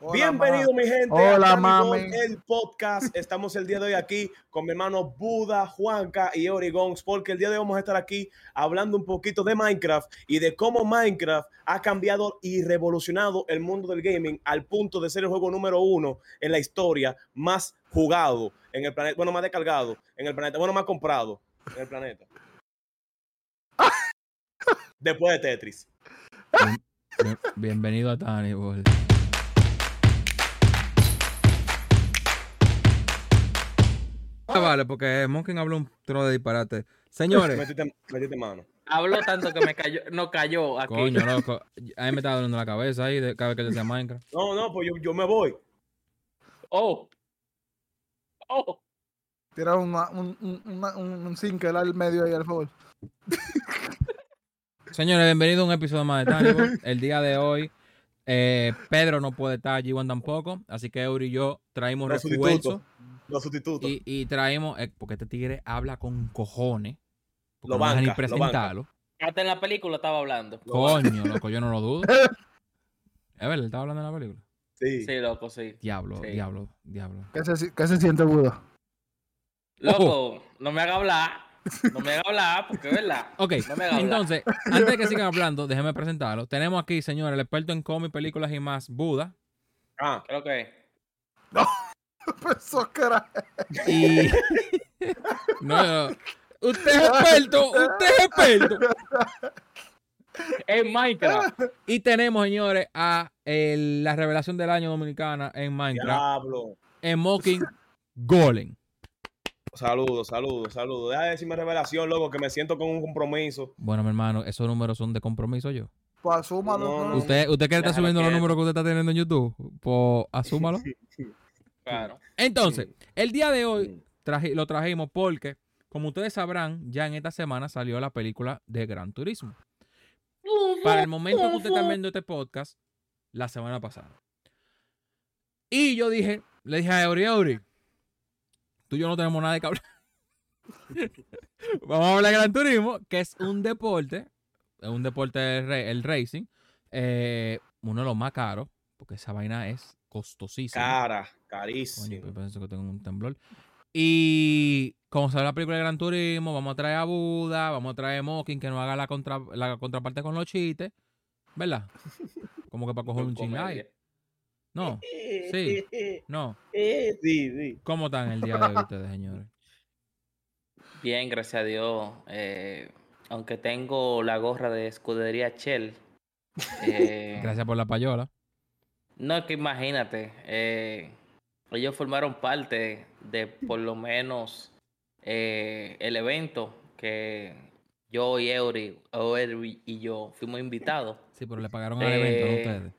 Hola, Bienvenido, ma. mi gente. Hola, mami. El podcast. Estamos el día de hoy aquí con mi hermano Buda, Juanca y Origons, porque el día de hoy vamos a estar aquí hablando un poquito de Minecraft y de cómo Minecraft ha cambiado y revolucionado el mundo del gaming al punto de ser el juego número uno en la historia más jugado en el planeta. Bueno, más descargado en el planeta. Bueno, más comprado en el planeta. Después de Tetris. Bien- bien- bienvenido a Tiny World. Ah, vale, porque Monken habló un trono de disparate. Señores, Metiste, metiste mano. Habló tanto que me cayó, no cayó aquí. Coño, loco. A mí me estaba doliendo la cabeza ahí de cada vez que decía Minecraft. No, no, pues yo, yo me voy. Oh. Oh. Tira una- un, un, una- un, un single al medio ahí al favor. Señores, bienvenido a un episodio más de Tiny World. El día de hoy, eh, Pedro no puede estar, G1 tampoco. Así que Eury y yo traímos Los refuerzos sustitutos. Los sustitutos. y, y traímos. eh, porque este tigre habla con cojones. Porque Lo no deja ni banca, lo banca. presentarlo. Hasta en la película estaba hablando. Coño, loco, yo no lo dudo. Es verdad, estaba hablando en la película. sí. Sí, loco, sí. Diablo, Sí. diablo, diablo. ¿Qué se, si- qué se siente, Buda? Loco, no me haga hablar. No me haga hablar, porque es verdad. Ok, No me haga hablar. entonces, antes de que sigan hablando, déjenme presentarlo. Tenemos aquí, señor, el experto en cómics, películas y más, Buda. Ah, Creo que. Pensó que era- Y. no, no, no. Usted es experto, usted es experto. Es Minecraft. Y tenemos, señores, a el- la revelación del año dominicana en Minecraft, diablo. en Mocking Golem. Saludos, saludos, saludos. Deja de decirme revelación, loco, que me siento con un compromiso. Bueno, mi hermano, esos números son de compromiso yo. Pues asúmalo. No, no. ¿Usted, usted que está Déjalo subiendo los quieto. números que usted está teniendo en YouTube? Pues asúmalo. Claro. Entonces, el día de hoy Mm. traji- lo trajimos porque, como ustedes sabrán, ya en esta semana salió la película de Gran Turismo. Para el momento que ustedes están viendo este podcast, la semana pasada. Y yo dije, le dije a Eury, Eury, tú y yo no tenemos nada de que hablar. Vamos a hablar de Gran Turismo, que es un deporte, es un deporte, de ra- el racing, eh, uno de los más caros, porque esa vaina es costosísima. Cara, Coño, carísimo. pues, pienso que tengo un temblor. Y como sale la película de Gran Turismo, vamos a traer a Buda, vamos a traer a Mocking que nos haga la, contra, la contraparte con los chistes, ¿verdad? Como que para coger un Comedia. chingay. No, sí, no. Sí, sí. ¿Cómo están el día de hoy ustedes, señores? Bien, gracias a Dios. Eh, aunque tengo la gorra de escudería Shell. eh, Gracias por la payola. No, es que imagínate, eh, ellos formaron parte de por lo menos eh, el evento que yo y Eury, o Eury y yo fuimos invitados. Sí, pero le pagaron al evento, no Eh, ustedes.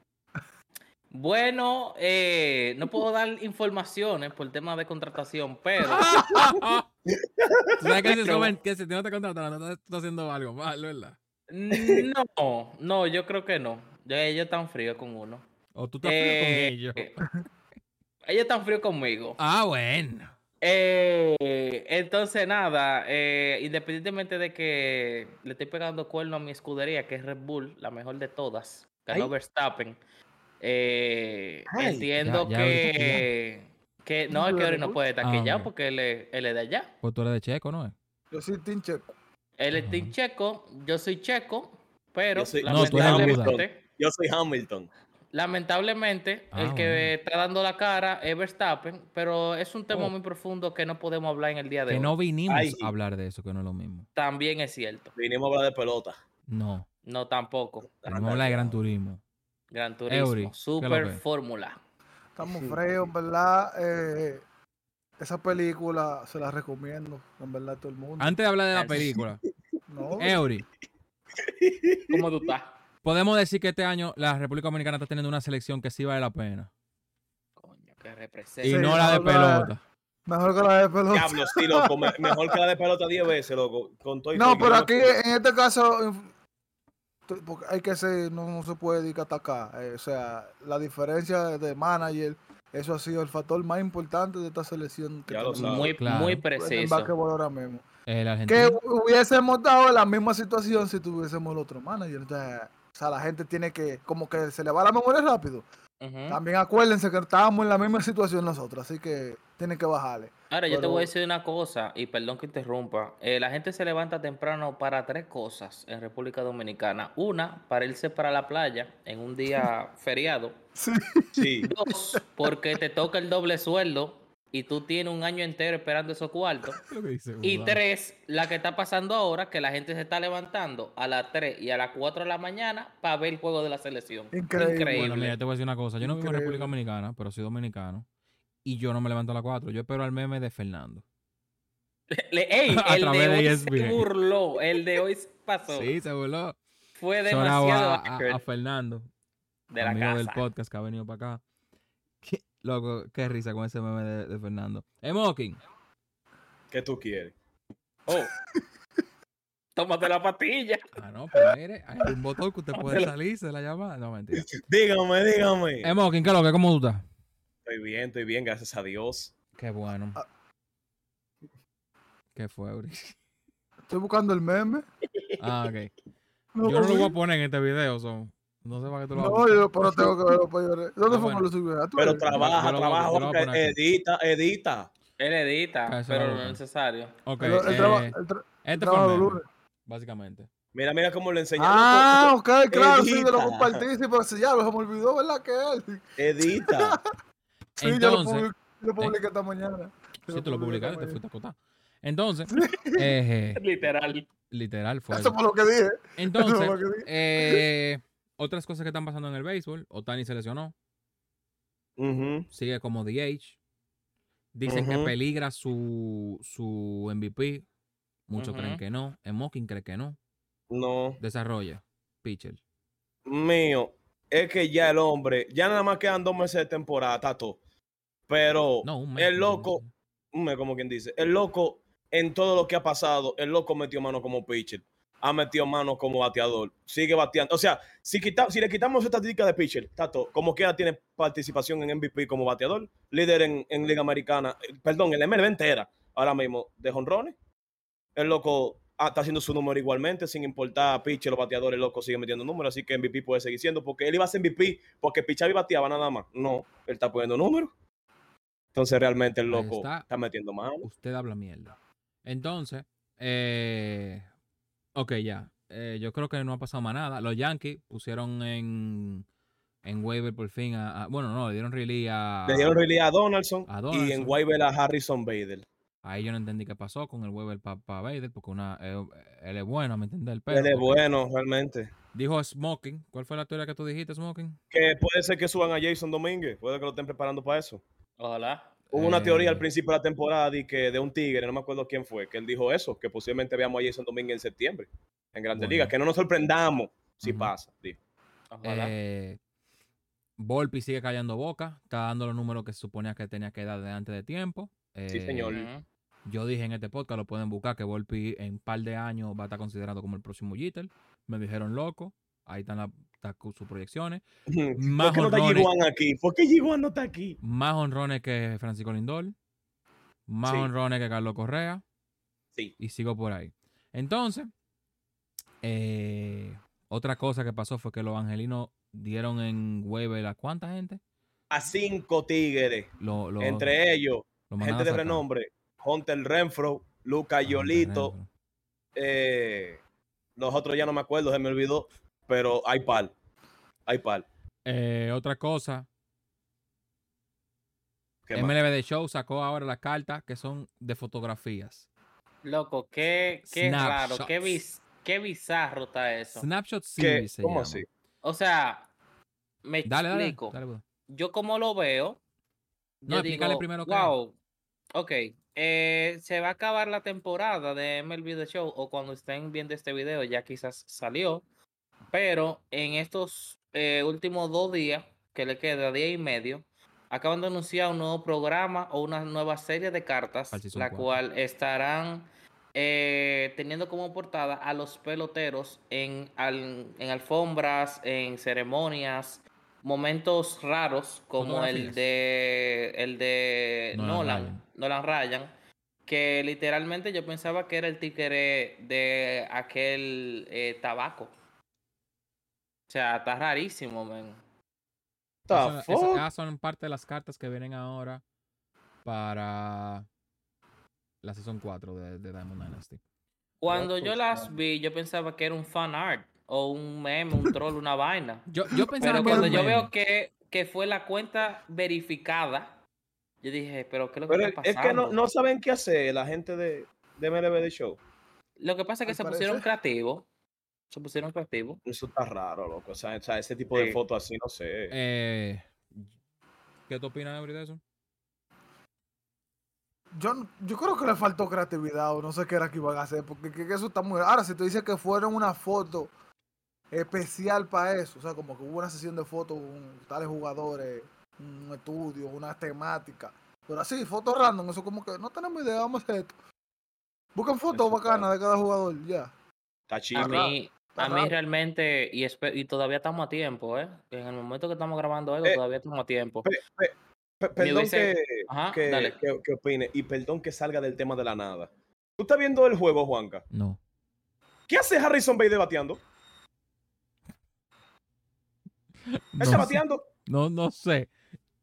Bueno, eh, no puedo dar informaciones por tema de contratación, pero ¿Tú sabes que si, pero- suben- que si no te contratan, no estás, tú estás haciendo algo mal, ¿verdad? Mm, no, no, yo creo que no. Ya Ellos están fríos con uno. O tú estás frío Eh, con ellos. Ellos están fríos conmigo. Ah, bueno. Eh, entonces, nada, eh, independientemente de que le estoy pegando cuerno a mi escudería, que es Red Bull, la mejor de todas, ganó Ay. Verstappen, eh, Ay. entiendo Ya- ya ahorita que, que. No, Mundo es que de ahora Red no Bull. puede estar Ah, aquí ya ok. porque él es, él es de allá. Pues tú eres de Checo, ¿no es? Yo soy Tinche. Él es Ajá. team checo, yo soy checo, pero Yo soy- No, tú eres Buda. Yo soy Hamilton. Lamentablemente, Ah, el que bueno. está dando la cara es Verstappen, pero es un tema Oh. muy profundo que no podemos hablar en el día de Que hoy. no vinimos Ay. a hablar de eso, que no es lo mismo. También es cierto. Vinimos a hablar de pelota. No. No, tampoco. Tenemos la de Gran Turismo. Gran Turismo. Eury, ¿qué es lo Super que es? Fórmula. Estamos Sí. fríos, en ¿verdad? Eh, esa película se la recomiendo, en verdad, a todo el mundo. Antes de hablar de la Así. película, No, Eury, ¿Cómo tú estás? podemos decir que este año la República Dominicana está teniendo una selección que sí vale la pena. Coño, que Y representa. Sí, no la de no la- pelota. mejor que la de pelota. Diablo, sí, loco. me- Mejor que la de pelota 10 veces, loco. Con todo y No, todo, pero yo aquí, en este caso, inf- tu- porque hay que ser, no, no se puede dedicar hasta acá. eh, o sea, la diferencia de manager, eso ha sido el factor más importante de esta selección que Ya lo tenemos Muy, Claro. muy en el preciso. básquetbol ahora mismo. El Que argentino. hu- hubiésemos estado en la misma situación si tuviésemos el otro manager. Entonces, o sea, la gente tiene que, como que se le va la memoria rápido. Ujú. También acuérdense que estábamos en la misma situación nosotros, así que tienen que bajarle. Ahora, yo te Pero- voy a decir una cosa, y perdón que interrumpa. Eh, la gente se levanta temprano para tres cosas en República Dominicana. Una, para irse para la playa en un día feriado. Sí. Dos, porque te toca el doble sueldo y tú tienes un año entero esperando esos cuartos. Lo que dice Y Guzmán. tres, la que está pasando ahora, que la gente se está levantando a las 3 y a las 4 de la mañana para ver el juego de la selección. Increíble. Bueno, mira, te voy a decir una cosa. Yo no vivo en Increíble. República Dominicana, pero soy dominicano. Y yo no me levanto a las 4. Yo espero al meme de Fernando. Le- ey, A el través de de hoy se ESPN. burló, el de hoy se pasó. Sí, se voló. Fue demasiado Sonaba a, accurate a Fernando, de la amigo casa. del podcast que ha venido para acá. Qué- loco, qué risa con ese meme de, de Fernando. Emokin, ¿Qué tú quieres? Oh. Tómate la pastilla. Ah, no, pero mire, hay un botón que usted puede salirse de la llamada. No, mentira. Dígame, dígame. Emokin, ¿qué es lo que? ¿Cómo tú estás? Estoy bien, estoy bien, gracias a Dios. Qué bueno. Ah. Qué fue, Uri? Estoy buscando el meme. Ah, ok. No, Yo no lo voy a poner en este video, son. No sé para qué tú lo vas a no, poner. yo- pero tengo que verlo para llorar. ¿Dónde fue Ah, bueno. que lo subió? ¿A Pero Twitter? trabaja, yo lo voy a- trabaja, yo lo voy a Juanca, poner aquí. edita, edita. Él edita, Cállese la pero no boca. es necesario. Ok, El- el eh, traba- el tra- este trabajo fue el meme, lunes. básicamente. Mira, mira cómo lo enseñaron. Ah, ok, claro, sí, yo lo Edita. compartí, sí, pero sí, ya, se me olvidó, ¿verdad? Que él. Edita. Sí, Entonces, yo lo publi- lo publiqué, esta mañana. Yo Si tú lo publiqué esta publicaste, te mañana. fuiste a acotar. Entonces, eh, Literal. literal fue. Eso eso. fue lo que dije. Eso fue Entonces, lo que dije. eh, otras cosas que están pasando en el béisbol. Otani se lesionó, Ujú. sigue como DH. Dicen que Ujú. peligra su, su MVP. Muchos creen Ujú. que no. Emokin cree que no. No. Desarrolla. Pitcher. mío es que ya el hombre, ya nada más quedan dos meses de temporada, Tato. Pero No, un mes, el no, no, loco, no. un mes, como quien dice, el loco, en todo lo que ha pasado, el loco metió mano como pitcher, ha metido mano como bateador, sigue bateando. O sea, si, quita- si le quitamos esa estadística de pitcher, Tato, como quiera tiene participación en MVP como bateador, líder en, en Liga Americana, eh, perdón, en la MLB entera, ahora mismo, de jonrones. El loco ah, está haciendo su número igualmente, sin importar pitcher o bateador, el loco sigue metiendo números, así que MVP puede seguir siendo, porque él iba a ser MVP, porque pichaba y bateaba nada más. No, él está poniendo números. Entonces realmente el Ahí loco está. está. metiendo mano. Usted habla mierda. Entonces, eh, ok, ya. Eh, yo creo que no ha pasado más nada. Los Yankees pusieron en, en waiver por fin a, a- Bueno, no, le dieron release a. Le dieron relieve a Donaldson, Ah, A y en Donaldson. Waiver a Harrison Bader. Ahí yo no entendí qué pasó con el waiver para Vader, porque una, eh, él es bueno, ¿me entiendes? El Él perro, es porque bueno realmente. Dijo Smoking. ¿Cuál fue la teoría que tú dijiste, Smoking? Que puede ser que suban a Jason Domínguez, puede que lo estén preparando para eso. Ojalá. Hubo una teoría al Eh. principio de la temporada de, que, de un tigre, no me acuerdo quién fue, que él dijo eso, que posiblemente veamos a Jason Domínguez en septiembre, en Grandes Bueno. Ligas, que no nos sorprendamos si Ujú. pasa. dijo. Ojalá. Eh, Volpi sigue callando boca. Está dando los números que se suponía que tenía que dar de antes de tiempo. Sí, señor. Eh, Ujú. Yo dije en este podcast, lo pueden buscar, que Volpi en un par de años va a estar considerado como el próximo Jeter. Me dijeron loco. Ahí están, la- están cu- sus proyecciones. Más ¿Por qué no está honrones, Giguan aquí? ¿Por qué Giguan no está aquí? más honrones que Francisco Lindor. Más Sí. honrones que Carlos Correa. Sí. Y sigo por ahí. Entonces, eh, otra cosa que pasó fue que los angelinos dieron en waiver a cuánta gente. A cinco tigres, Lo- lo- entre ellos, lo mandaron gente a de sacar. renombre, Hunter Renfro, Luca Ah, Yolito, Renfro. eh, los otros ya no me acuerdo, se me olvidó, pero hay par, hay par. Eh, otra cosa, ¿Qué más? MLB The Show sacó ahora las cartas que son de fotografías. Loco, qué, qué raro, qué, Snapshots. bis- qué bizarro está eso. Snapshot ¿Qué? Series. se ¿Cómo llama. así? O sea, me Dale, dale. explico. dale, pues. Buda. Yo como lo veo, No, yo explícale digo, primero qué es. wow, ok, eh, se va a acabar la temporada de MLB The Show o cuando estén viendo este video ya quizás salió, pero en estos eh, últimos dos días que le queda, día y medio, acaban de anunciar un nuevo programa o una nueva serie de cartas, Al season la cuatro. cual estarán eh, teniendo como portada a los peloteros en, al- en alfombras, en ceremonias, momentos raros como el Fotografías. de el de Nolan Nolan, Ryan. Nolan Ryan, que literalmente yo pensaba que era el títere de aquel eh, tabaco. O sea, está rarísimo, men. the Esas son- fuck? esas- esas ah, son parte de las cartas que vienen ahora para la Season 4 de, de Diamond Dynasty. Cuando Loco, yo las vi, yo pensaba que era un fan art o un meme, un troll, una vaina. Yo, yo pensaba Pero que era cuando un yo meme. veo que, que fue la cuenta verificada, yo dije, pero ¿qué es lo que Pero está es pasando? que no, no saben qué hacer la gente de, de MLB The Show. Lo que pasa es que Al se pusieron parecer. creativos. Se pusieron creativos. Eso está raro, loco. O sea, o sea, ese tipo Sí. de fotos así, no sé. Eh, ¿Qué te opinas Avery, de eso? Yo, no- yo creo que le faltó creatividad o no sé qué era que iban a hacer, porque que- que eso está muy... Ahora, si te dice que fueron una foto especial para eso, o sea, como que hubo una sesión de fotos con tales jugadores, un estudio, una temática, pero así, fotos random, eso como que no tenemos idea, vamos a hacer esto. Busquen fotos Eso está- bacanas de cada jugador, ya. Está A chido. mí, está a mí raro. realmente, y, espe- y todavía estamos a tiempo, ¿eh? En el momento que estamos grabando esto, Eh, todavía estamos a tiempo. pe- pe- pe- perdón hubiese- que, Ajá, que- dale. que- que opine y perdón que salga del tema de la nada. ¿Tú estás viendo el juego, Juanca? No. ¿Qué hace Harrison Bay debateando? ¿Él está No, sé. bateando? no, no sé.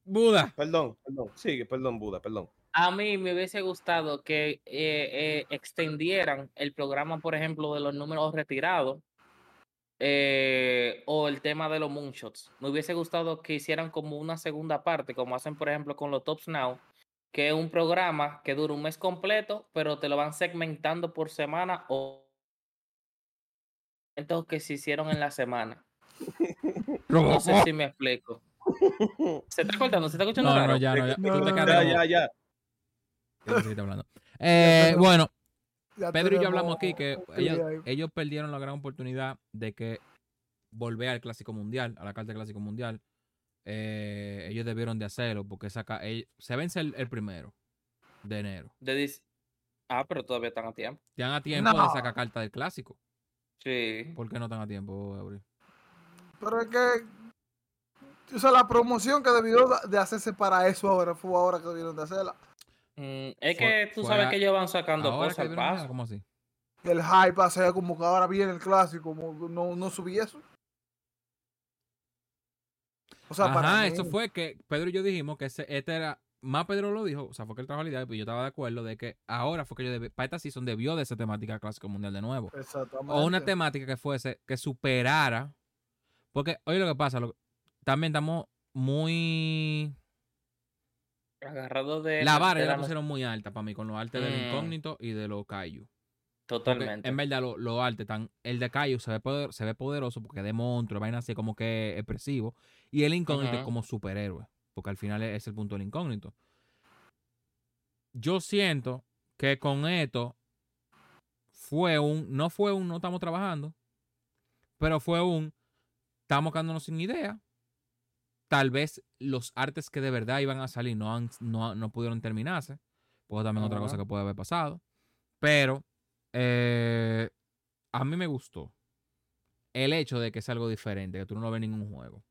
Buda. Perdón, perdón. Sigue, perdón, Buda, perdón. A mí me hubiese gustado que eh, eh, extendieran el programa, por ejemplo, de los números retirados eh, o el tema de los moonshots. Me hubiese gustado que hicieran como una segunda parte, como hacen, por ejemplo, con los Tops Now, que es un programa que dura un mes completo, pero te lo van segmentando por semana o eventos que se hicieron en la semana. No sé Robocop. si me explico. ¿Se está cortando? ¿Se está escuchando? No, raro? no, ya, no, ya. No, Tú te no, quedas Ya, como- ya, ya. Ya no sé qué está hablando. Eh, tenemos- bueno, Ya Pedro y yo tenemos hablamos aquí que un ellos, clip ahí. ellos perdieron la gran oportunidad de que volver al Clásico Mundial, a la carta del Clásico Mundial. Eh, ellos debieron de hacerlo porque saca, ell- se vence el, el primero de enero. De dis- Ah, pero todavía están a tiempo. Están a tiempo de No. sacar carta del Clásico. Sí. ¿Por qué no están a tiempo, Eury? Pero es que. O sea, la promoción que debió da- de hacerse para eso ahora fue ahora que debieron de hacerla. Mm, Fue- es que tú fue sabes a- que ellos van sacando Ahora cosas que al vieron nada, paso. ¿cómo así? El hype hace como que ahora viene el clásico, como no, no subí eso. O sea, para. Ajá, mí, eso fue que Pedro y yo dijimos que ese, este era. Más Pedro lo dijo, o sea, fue que él trajo la idea, pero yo estaba de acuerdo de que ahora fue que yo debí- para esta season debió de esa temática Clásico Mundial de nuevo. Exactamente. o una temática que fuese que superara. Porque hoy lo que pasa, lo- también estamos muy. Agarrado de. La de vara ya la mano- pusieron muy alta para mí con los artes del Mm. incógnito y de los Kaiju. Porque Totalmente. En verdad, lo- los artes están. El de Kaiju se ve, poder- se ve poderoso porque es de monstruo, vaina así como que expresivo. Y el incógnito es Ujú. como superhéroe. Porque al final es, es el punto del incógnito. Yo siento que con esto fue un. No fue un no estamos trabajando. Pero fue un. Estamos quedándonos sin idea. Tal vez los artes que de verdad iban a salir no, han- no, no pudieron terminarse. Pues también otra cosa Ajá. que puede haber pasado. Pero eh, a mí me gustó el hecho de que es algo diferente, que tú no lo ves en ningún juego.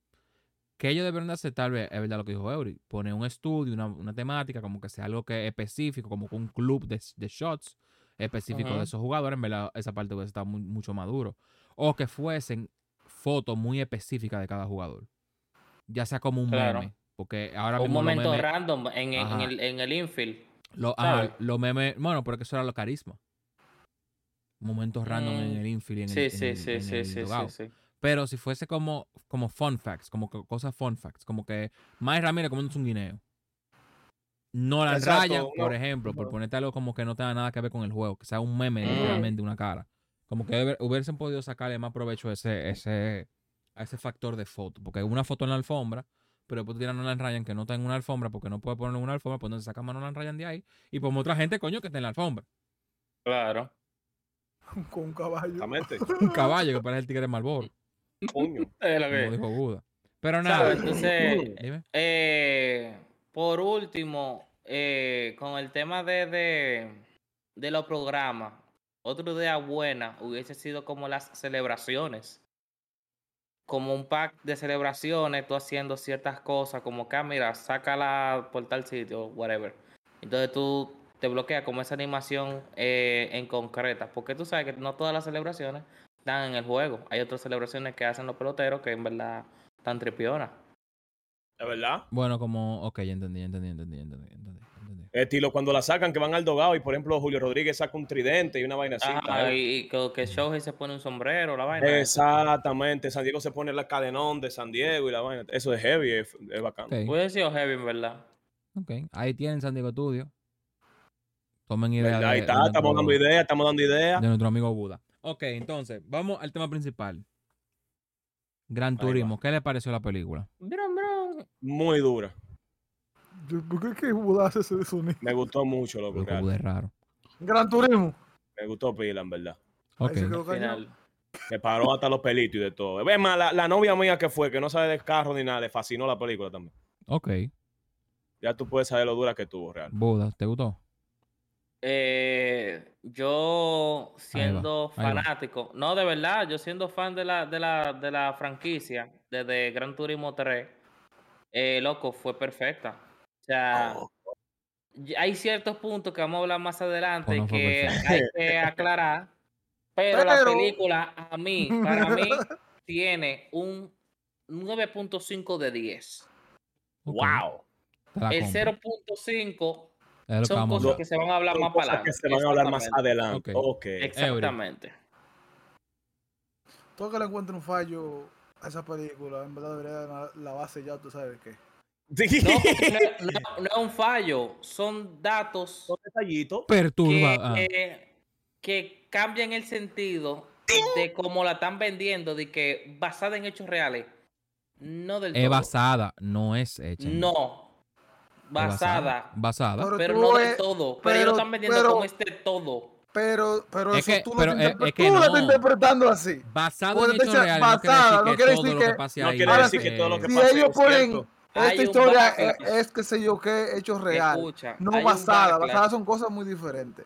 Que ellos deberían de hacer, tal vez, es verdad lo que dijo Eury, poner un estudio, una, una temática, como que sea algo que específico, como que un club de, de shots específico Ujú. de esos jugadores, en verdad esa parte hubiese estado mu- mucho más duro. O que fuesen fotos muy específicas de cada jugador. Ya sea como un Claro. meme. Porque ahora un mismo los momento memes- random en, en- en Ajá. el, en el infield. lo, ajá, ¿Sabes? lo meme, bueno, porque eso era lo carisma. Momentos random en Mm, el infield y en Sí, el, en sí, el- sí, en sí, el sí, sí, dugout. sí. Pero si fuese como, como fun facts, como que cosas fun facts, como que Mike Ramírez comiéndose un guineo. No la Exacto, raya, una- por ejemplo, por Ujú. ponerte algo como que no tenga nada que ver con el juego, que sea un meme Mm. literalmente, una cara. Como que hubiera- hubiesen podido sacarle más provecho a ese, ese, a ese factor de foto. Porque una foto en la alfombra, pero después tiran a Nolan Ryan que no está en una alfombra porque no puede ponerlo en una alfombra, pues entonces sacan a Nolan Ryan de ahí y ponemos otra gente, coño, que está en la alfombra. Claro. Con un caballo. Exactamente. Un caballo que parece el tigre de Marlboro, Coño. Es lo como que- dijo Buda. Pero nada, ¿Sabes? Entonces, dime. Eh, por último, eh, con el tema de, de, de los programas, otra idea buena hubiese sido como las celebraciones. Como un pack de celebraciones, tú haciendo ciertas cosas, como que, ah, mira, sácala por tal sitio, whatever. Entonces tú te bloqueas como esa animación eh, en concreta, porque tú sabes que no todas las celebraciones están en el juego. Hay otras celebraciones que hacen los peloteros que en verdad están tripionas. ¿De verdad? Bueno, como, ok, ya entendí, ya entendí, ya entendí, ya entendí, ya entendí, ya entendí. Estilo, cuando la sacan, que van al dogado y, por ejemplo, Julio Rodríguez saca un tridente y una vaina así. Ajá, y, y que, que Shohei se pone un sombrero, la Pues vaina. Exactamente. San Diego se pone la cadenón de San Diego y la vaina. Eso es heavy, es, es bacano. Ok, Puede ser heavy, en verdad. ok. Ahí tienen San Diego Studio. Tomen idea. ¿Verdad? de- Ahí de está, nuestro- estamos dando ideas, estamos dando ideas. de nuestro amigo Buda. Ok, entonces, vamos al tema principal. Gran va. Turismo, ¿qué le pareció la película? Brum, brum. Muy dura. Yo- ¿Por qué es que Buda hace ese sonido? Me gustó mucho, loco. Loco, real. Buda es raro. Gran Turismo. Me gustó pila, en verdad. Ahí Ok, se quedó callado. Final. Me paró hasta los pelitos y de todo. Es más, la, la novia mía que fue, que no sabe de carro ni nada, le fascinó la película también. ok. Ya tú puedes saber lo dura que tuvo, real. Buda, ¿te gustó? Eh, yo siendo ahí va. fanático, no, de verdad, yo siendo fan de la, de la, de la franquicia, desde Gran Turismo 3, eh, loco, fue perfecta. O sea, Oh. y- hay ciertos puntos que vamos a hablar más adelante Pues no fue que perfecta. hay que aclarar, pero, la Pero- película a mí, para mí, tiene un 9.5 de 10. Ok, ¡Wow! te la El compro. 0.5 es lo que son vamos a cosas hablar. que se van a hablar Son más para cosas que se van a hablar más adelante. Ok. Ok. Exactamente. Todo que le encuentre un fallo a esa película, en verdad debería de la- la base ya, tú sabes qué. No, porque no, no- no es un fallo, son datos Son detallitos. Perturba. que, ah, eh, que cambian el sentido de cómo la están vendiendo, de que basada en hechos reales. No del es todo. basada, no es hecha. en- No. es Basada. Basada. Pero Pero tú no ves- del todo. Pero, ellos pero- lo están vendiendo pero- como este todo. Pero, pero Es eso que- tú lo pero estás es- interpre- es que tú lo no. estás interpretando así. Basado Bueno, en hechos entonces, reales. basada, no quiere decir que todo lo que pase no ahí quiere es- decir que todo lo que es- Si pasa, ellos es ponen cierto. Hay esta un historia es, backlash. es que sé yo qué hecho real, Escucha, hay no un basada, backlash. basada son cosas muy diferentes.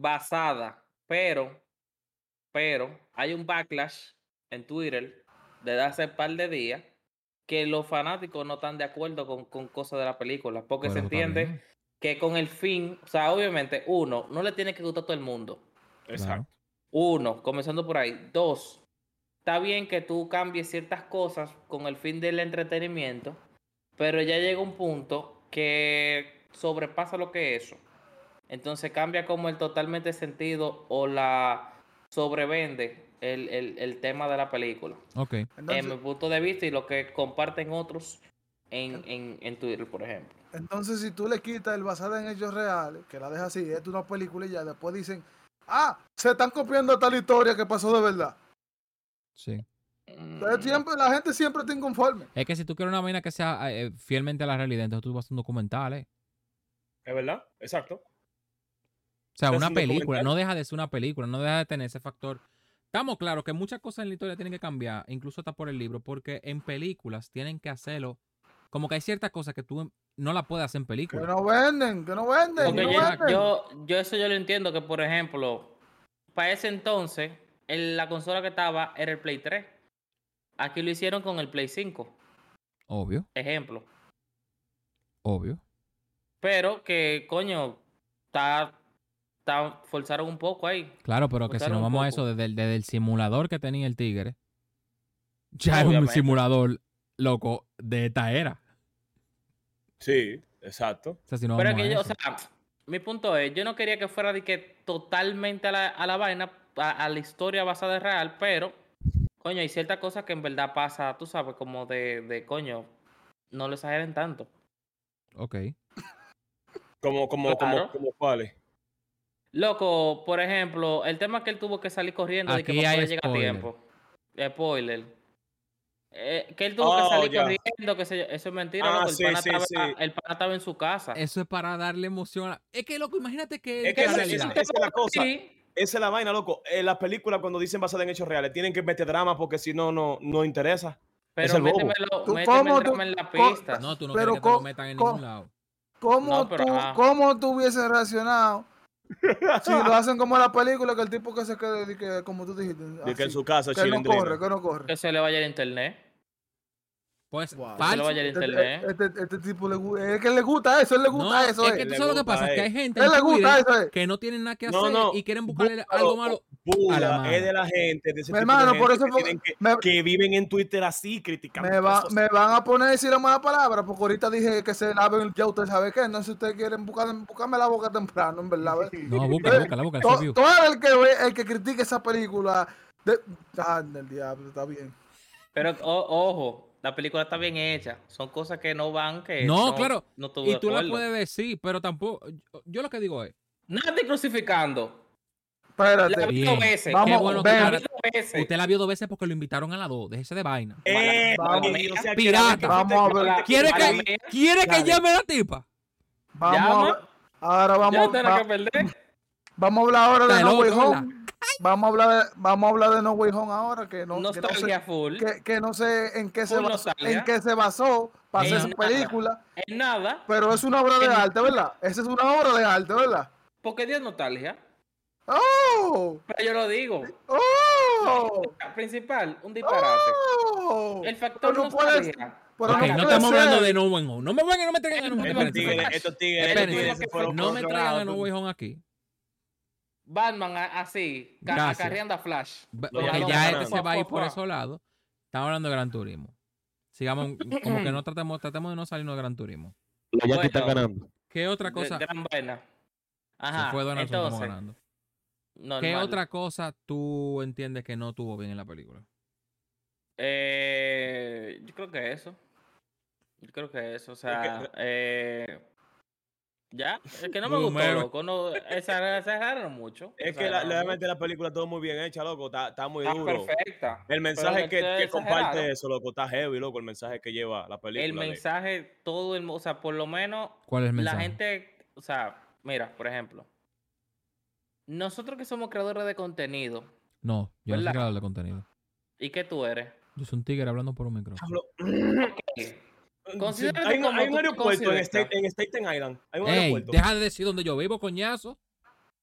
basada, pero, pero hay un backlash en Twitter desde hace un par de días que los fanáticos no están de acuerdo con, con cosas de la película, porque se Bueno, está entiende bien, que con el fin, o sea, obviamente, uno, no le tiene que gustar a todo el mundo. Exacto. Uno, comenzando por ahí. Dos, está bien que tú cambies ciertas cosas con el fin del entretenimiento, pero ya llega un punto que sobrepasa lo que es eso. Entonces cambia como el totalmente sentido o la sobrevende el, el- el tema de la película. Ok. Entonces, en mi punto de vista y lo que comparten otros en, en, en Twitter, por ejemplo. entonces, si tú le quitas el basada en hechos reales, que la dejas así, es una película y ya después dicen, ah, se están copiando tal historia que pasó de verdad. Sí. Entonces, Mm, siempre, la gente siempre está inconforme. Es que si tú quieres una vaina que sea eh, fielmente a la realidad, entonces tú vas a hacer un documental, ¿eh? ¿Es verdad? Exacto. O Se sea, hace una un película, documental. no deja de ser una película, no deja de tener ese factor. Estamos claros que muchas cosas en la historia tienen que cambiar, incluso hasta por el libro, porque en películas tienen que hacerlo. Como que hay ciertas cosas que tú no la puedes hacer en Que película. no venden, que no venden, Porque que no yo, venden. yo, yo eso yo lo entiendo que, por ejemplo, para ese entonces, el- la consola que estaba era el Play 3. Aquí lo hicieron con el Play 5, Obvio, ejemplo. obvio. Pero que, coño, ta- ta- forzaron un poco ahí. Claro, pero que si Forzaron nos un vamos a poco. eso, desde el, desde el simulador que tenía el tigre, ya es un Obviamente. simulador, loco, de esta era. Sí, exacto. O sea, si no Pero vamos que a yo, o eso. sea, mi punto es, yo no quería que fuera de que totalmente a la, a la vaina, a, a la historia basada en real, pero, coño, hay ciertas cosas que en verdad pasa, tú sabes, como de, de coño, no lo exageren tanto. Ok. Como, como, como, Claro. como cuáles. Loco, por ejemplo, el tema que él tuvo que salir corriendo de que Aquí para hay poder llegar a spoiler. tiempo. Spoiler. Eh, que él tuvo Oh, que salir ya. corriendo, que se- eso es mentira, Ah, loco, El, sí, pana sí, estaba, sí. el pana estaba en su casa. Eso es para darle emoción. a- Es que, loco, imagínate que Es que la esa- realidad. esa- esa es la cosa. Sí, Esa es la vaina, loco. En las películas, cuando dicen basada en hechos reales, tienen que meter drama porque si no, no, no interesa. Es pero el bobo. métemelo, ¿Tú méteme el cómo tú- drama en la co- pista. No, tú no Pero quieres que te lo co- metan en co- ningún lado. ¿Cómo, No, pero ah. tú, ajá. ¿Cómo tú hubieses reaccionado si Ah. lo hacen como en la película, que el tipo que se quede, de que, como tú dijiste, De que en así, su casa, que no corre, chilindrina. que no corre? Que se le vaya el internet. Pues, Wow. Que se le falso. vaya el Este, internet. este- este- este tipo le gusta, es que le gusta eso, él le gusta No, eso. es eh. que tú Le sabes gusta lo que pasa, que eso. hay gente Él en le gusta Twitter eso. eh. que no tienen nada que hacer No, no, y quieren buscarle búscalo, algo malo. A la pura mano. es de la gente, de ese Mi tipo de hermano, gente por eso que, fue- tienen que- me- que viven en Twitter así, criticando. Me, va- cosas. me van a poner a decir la mala palabra, porque ahorita dije que se laven, ya usted sabe qué, no sé si ustedes quieren buscar, buscarme la boca temprano, en verdad. ¿ves? No, búscala, búscala, búscala. eh, To- ese view. todo el que ve, el que critique esa película, de, ah, del diablo, está bien. Pero o- ojo, la película está bien hecha. Son cosas que no van, que No, claro. no estuve Y tú de la acuerdo. puedes ver, sí, pero tampoco. yo- Yo lo que digo es. Nadie crucificando. La Espérate, vi Bien. dos veces. Vamos, Qué bueno que ven. la vi dos veces. Usted la vio dos veces porque lo invitaron a las dos. Déjese de vaina. Eh, Vamos. o sea, que Pirata. la gente Vamos que a ver. critica- ¿Quiere que- Mala mía. ¿Quiere que Dale. llame la tipa? vamos a Llama. ver- ahora Ya vamos, no va- que perder. vamos a hablar ahora de Está No el Way otro, Home. Vamos a hablar, de- vamos a hablar de No Way Home ahora, que no, que no sé- Nostalgia full. que, que no sé en qué, se Full basó, nostalgia. en qué se basó para En hacer su nada. película, Es nada. pero es una obra de En- arte, ¿verdad? Esa es una obra de arte, ¿verdad? Porque Dios nostalgia. ¡Oh! Pero yo lo digo. ¡Oh! Principal, un disparate. ¡Oh! El factor Pero no puedes- nostalgia. Pero Ok, no no puede estamos ser. hablando de No Way Home. No me vayan, no me traigan a No Way Home. Estos tigres, espérense. estos tigres, estos Espérense. tigres se fueron No por me otro traigan a lado. No Way Home aquí. Batman a- así, ca- Gracias. acarreando a Flash. Ba- Lo Porque llamaron, ya lo este se llamaron. va a ir por Fuá, esos lados. Estamos hablando de Gran Turismo. Sigamos, como que no tratemos, tratemos de no salirnos de Gran Turismo. Los Yankees están Bueno. ganando. ¿Qué otra Gr- cosa? Gran vaina. Se Ajá. fue Donaldson, estamos entonces, ganando. normal. ¿Qué otra cosa tú entiendes que no tuvo bien en la película? Eh, yo creo que eso. Yo creo que eso. O sea, eh, ya. Es que no me gustó, Boomer. loco. No, esa- exageraron mucho. Es que la, exageraron la, mucho. realmente la película está muy bien hecha, loco. Está, está muy Está duro. perfecta. El mensaje pero que, ustedes que comparte exageraron. eso, loco, está heavy, loco. El mensaje que lleva la película. El de- mensaje, todo el. mu- O sea, por lo menos ¿Cuál es el mensaje? La gente, o sea, mira, por ejemplo, nosotros que somos creadores de contenido, No, yo no soy ¿Verdad? creador de contenido. ¿y qué tú eres? Yo soy un tigre hablando por un micrófono. Hablo- Considérate hay, un- como hay tú un te aeropuerto en, este- consideras. State- en Staten Island. Hay un Ey, aeropuerto. deja de decir donde yo vivo, coñazo.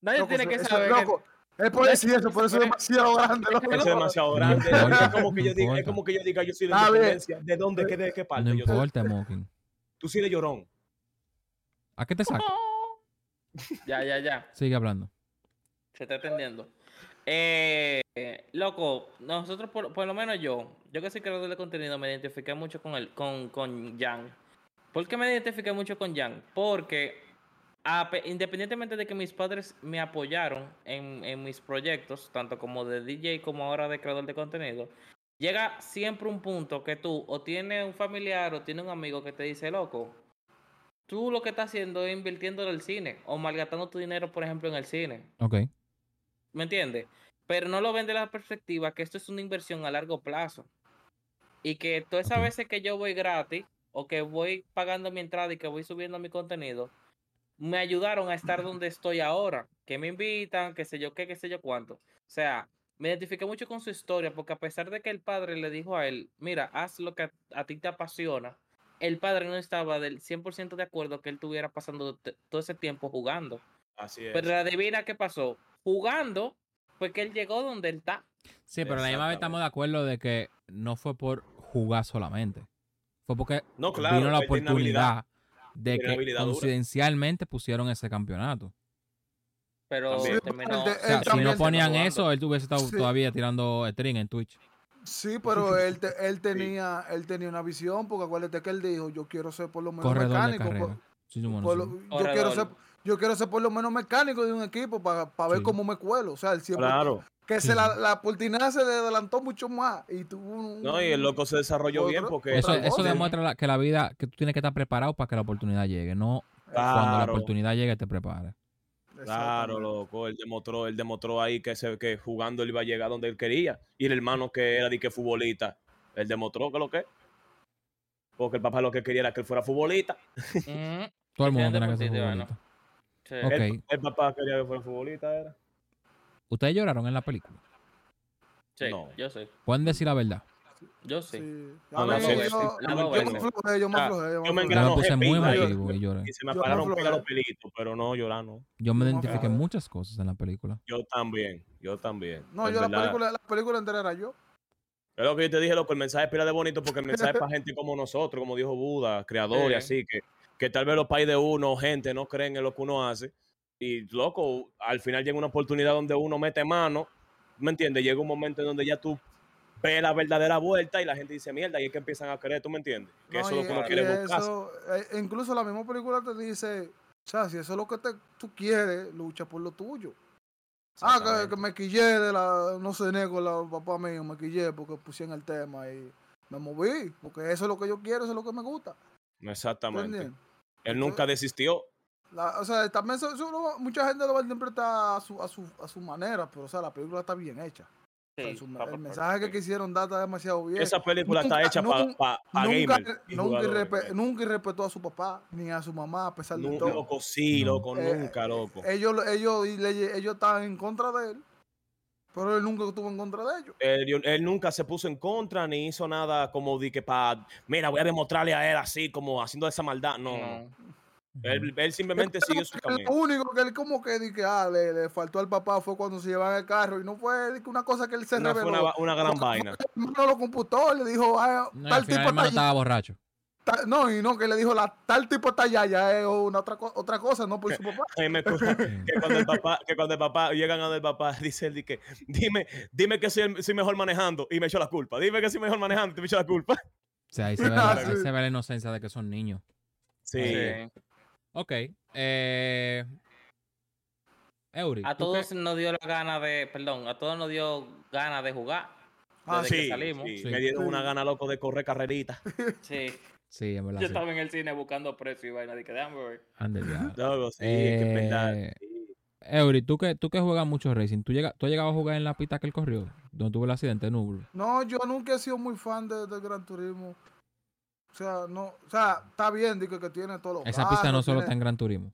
Nadie Loco, tiene que eso- eso- saber. loco, él puede decir eso, por eso es demasiado grande. loco. Eso es demasiado No grande. importa, Ahorita es como que yo no diga, es importa. como que yo diga, yo soy de Está bien. independencia. ¿De dónde? ¿Qué- ¿De qué parte? No Yo soy- importa, Mocking. Tú sí de llorón. ¿A qué te saco? Ya, ya, ya. Sigue hablando. Se está entendiendo. Eh, loco, nosotros, por, por lo menos yo, yo que soy creador de contenido, me identifiqué mucho con, el, con, con Yang. ¿Por qué me identifiqué mucho con Yang? Porque a pe- independientemente de que mis padres me apoyaron en, en mis proyectos, tanto como de DJ como ahora de creador de contenido, llega siempre un punto que tú o tienes un familiar o tienes un amigo que te dice, loco, tú lo que estás haciendo es invirtiendo en el cine o malgastando tu dinero, por ejemplo, en el cine. Ok. ¿Me entiendes? Pero no lo ven de la perspectiva que esto es una inversión a largo plazo. Y que todas esas Ok. veces que yo voy gratis o que voy pagando mi entrada y que voy subiendo mi contenido, me ayudaron a estar donde estoy ahora. Que me invitan, qué sé yo qué, qué sé yo cuánto. O sea, me identifiqué mucho con su historia porque a pesar de que el padre le dijo a él, mira, haz lo que a, a ti te apasiona, el padre no estaba del 100% de acuerdo que él estuviera pasando t- todo ese tiempo jugando. Así es. Pero adivina qué pasó. Jugando fue que él llegó donde él está. Sí, pero a la misma vez estamos de acuerdo de que no fue por jugar solamente. Fue porque no, claro. vino la él tiene una habilidad. oportunidad de Tiene una que habilidad dura. coincidencialmente pusieron ese campeonato. Pero También. terminó. Sí, O sea, Él si no también ponían está eso, él hubiese estado Sí. todavía tirando string en Twitch. Sí, pero él, te- él, tenía, él tenía una visión, porque acuérdate que él dijo, yo quiero ser por lo menos Corredor mecánico. de por- carrera. Sí, sí, bueno, por lo- sí. yo, quiero Corredor. ser, yo quiero ser por lo menos mecánico de un equipo para ver Sí. cómo me cuelo. O sea, él siempre... Claro. Que Sí. se la, la oportunidad se le adelantó mucho más y tuvo un... No, y el loco se desarrolló Otro- bien porque. Eso, otra eso cosa. demuestra la- que la vida, que tú tienes que estar preparado para que la oportunidad llegue, no cuando la Claro. oportunidad llegue te prepares. Claro, loco, él demostró, él demostró ahí que, se, que jugando él iba a llegar donde él quería. Y el hermano que era de que futbolista, él demostró que lo que es. Porque el papá lo que quería era que él fuera futbolista. Ujú, Todo el mundo Depende tiene que por ser ti, bueno. futbolista. sí. Ok. El, el papá quería que fuera futbolista, era. Ustedes lloraron en la película. Sí, No. yo sé. Pueden decir la verdad. Yo sí. No, no, sí, sí. yo, La dos yo me veces. aflojé, yo me Ah, aflojé, yo me aflojé. yo me Yo me Grano, puse muy jefe, yo- emotivo y lloré. Y se me Yo pararon no pega los aflojé. pelitos, pero no, llorar no. Yo me Yo me identifiqué en aflojé. muchas cosas en la película. Yo también, yo también. No, En yo la verdad, película, la película entera era yo. Es lo que yo te dije, loco, el mensaje es pila de bonito porque el mensaje es para gente como nosotros, como dijo Buda, creador y Sí. así, que, que tal vez los países de uno, gente, no creen en lo que uno hace. Y, loco, al final llega una oportunidad donde uno mete mano ¿me entiendes? Llega un momento en donde ya tú ves la verdadera vuelta y la gente dice mierda y es que empiezan a creer, ¿tú me entiendes? Que No, eso es lo que y- uno y quiere buscar. eso, eh, incluso la misma película te dice, o sea, si eso es lo que te- tú quieres, lucha por lo tuyo. Ah, que, que me quillé de la, no sé, nego, la papá mío, me quillé porque pusieron el tema y me moví, porque eso es lo que yo quiero, eso es lo que me gusta. Exactamente. ¿entiendes? Él nunca desistió. La- o sea, también eso- eso lo- mucha gente lo va a interpretar a su, a, su, a su manera, pero o sea, la película está bien hecha. O sea, Sí, su- pa- pa- el pa- mensaje que sí. quisieron dar está demasiado bien. Esa película está Nunca- hecha para nun- pa, pa nunca, gamers y nunca, jugadores, irrespe- eh. nunca irrespetó a su papá ni a su mamá, a pesar de Nu- todo. Loco, sí, loco, Eh, nunca, loco. Ellos, lo- ellos, y le- ellos estaban en contra de él, pero él nunca estuvo en contra de ellos. Él, Eh, yo- él nunca se puso en contra ni hizo nada como de que para, mira, voy a demostrarle a él así, como haciendo esa maldad. No, no. No. Él, él simplemente siguió su Lo camino. único que él como que di que, ah, le, le faltó al papá fue cuando se llevaban el carro y no fue di que una cosa que él se Una- fue reveló. una, una gran Porque- vaina. El hermano lo computó, le dijo, ah, No, al tal final el tipo hermano está estaba borracho. ta- no, y no, que le dijo, la, tal tipo está allá, ya es una otra, co- otra cosa, no por su papá. Ay, me acuerdo que cuando el papá, que cuando el papá llegan a del papá, dice él de que dime, dime que soy, el- soy mejor manejando y me echó la culpa. Dime que soy mejor manejando y me echó la culpa. O sea, ahí se ve, la, ahí se ve la inocencia de que son niños. Sí. Sí. Ok. Eh... Eury. A ¿tú qué- todos nos dio la gana de, perdón, a todos nos dio ganas de jugar. Ah, Desde que Sí, salimos. sí, Sí. me dieron Sí. una gana loco de correr carrerita. Sí. Sí, en verdad. Yo sí. estaba en el cine buscando precio y vaina de que déjame ver. Ande ya. Loco, sí, que es verdad. Eh, Sí. Eury, ¿tú que, tú que juegas mucho racing, ¿tú, llega- ¿tú has llegado a jugar en la pista que él corrió? Donde tuvo el accidente en Nublu. No, yo nunca he sido muy fan de- del Gran Turismo. O sea, no, o sea, está bien, digo que tiene todos los Esa pista no carros, solo tiene- está en Gran Turismo.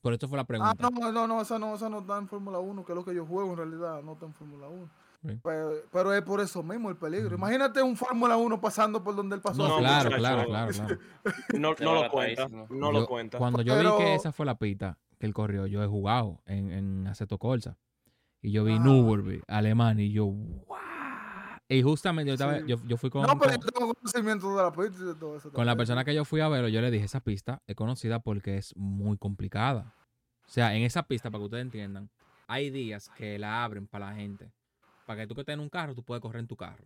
Por eso fue la Ah, pregunta. no, no, no, esa no, esa no está en Fórmula 1, que es lo que yo juego en realidad, no está en Fórmula 1. Ok. Pero, pero es por eso mismo el peligro. Ujú. Imagínate un Fórmula 1 pasando por donde él pasó. No, No, no, claro, muchacho. claro, claro, claro. No, Se no va lo cuenta. agarradísimo. No Yo- lo cuenta. Cuando yo vi que Pero- esa fue la pista que él corrió, yo he jugado en, en Aceto Corsa. Y yo vi Ah. Nürburgring, alemán, y yo, ¡guau! Y justamente yo, estaba- Sí. yo, yo fui con, No, pero con- yo tengo conocimiento de la pista y de todo eso. con la también. persona que yo fui a verlo, yo le dije, esa pista es conocida porque es muy complicada. O sea, en esa pista, para que ustedes entiendan, hay días que la abren para la gente. Para que tú que estés en un carro, tú puedes correr en tu carro.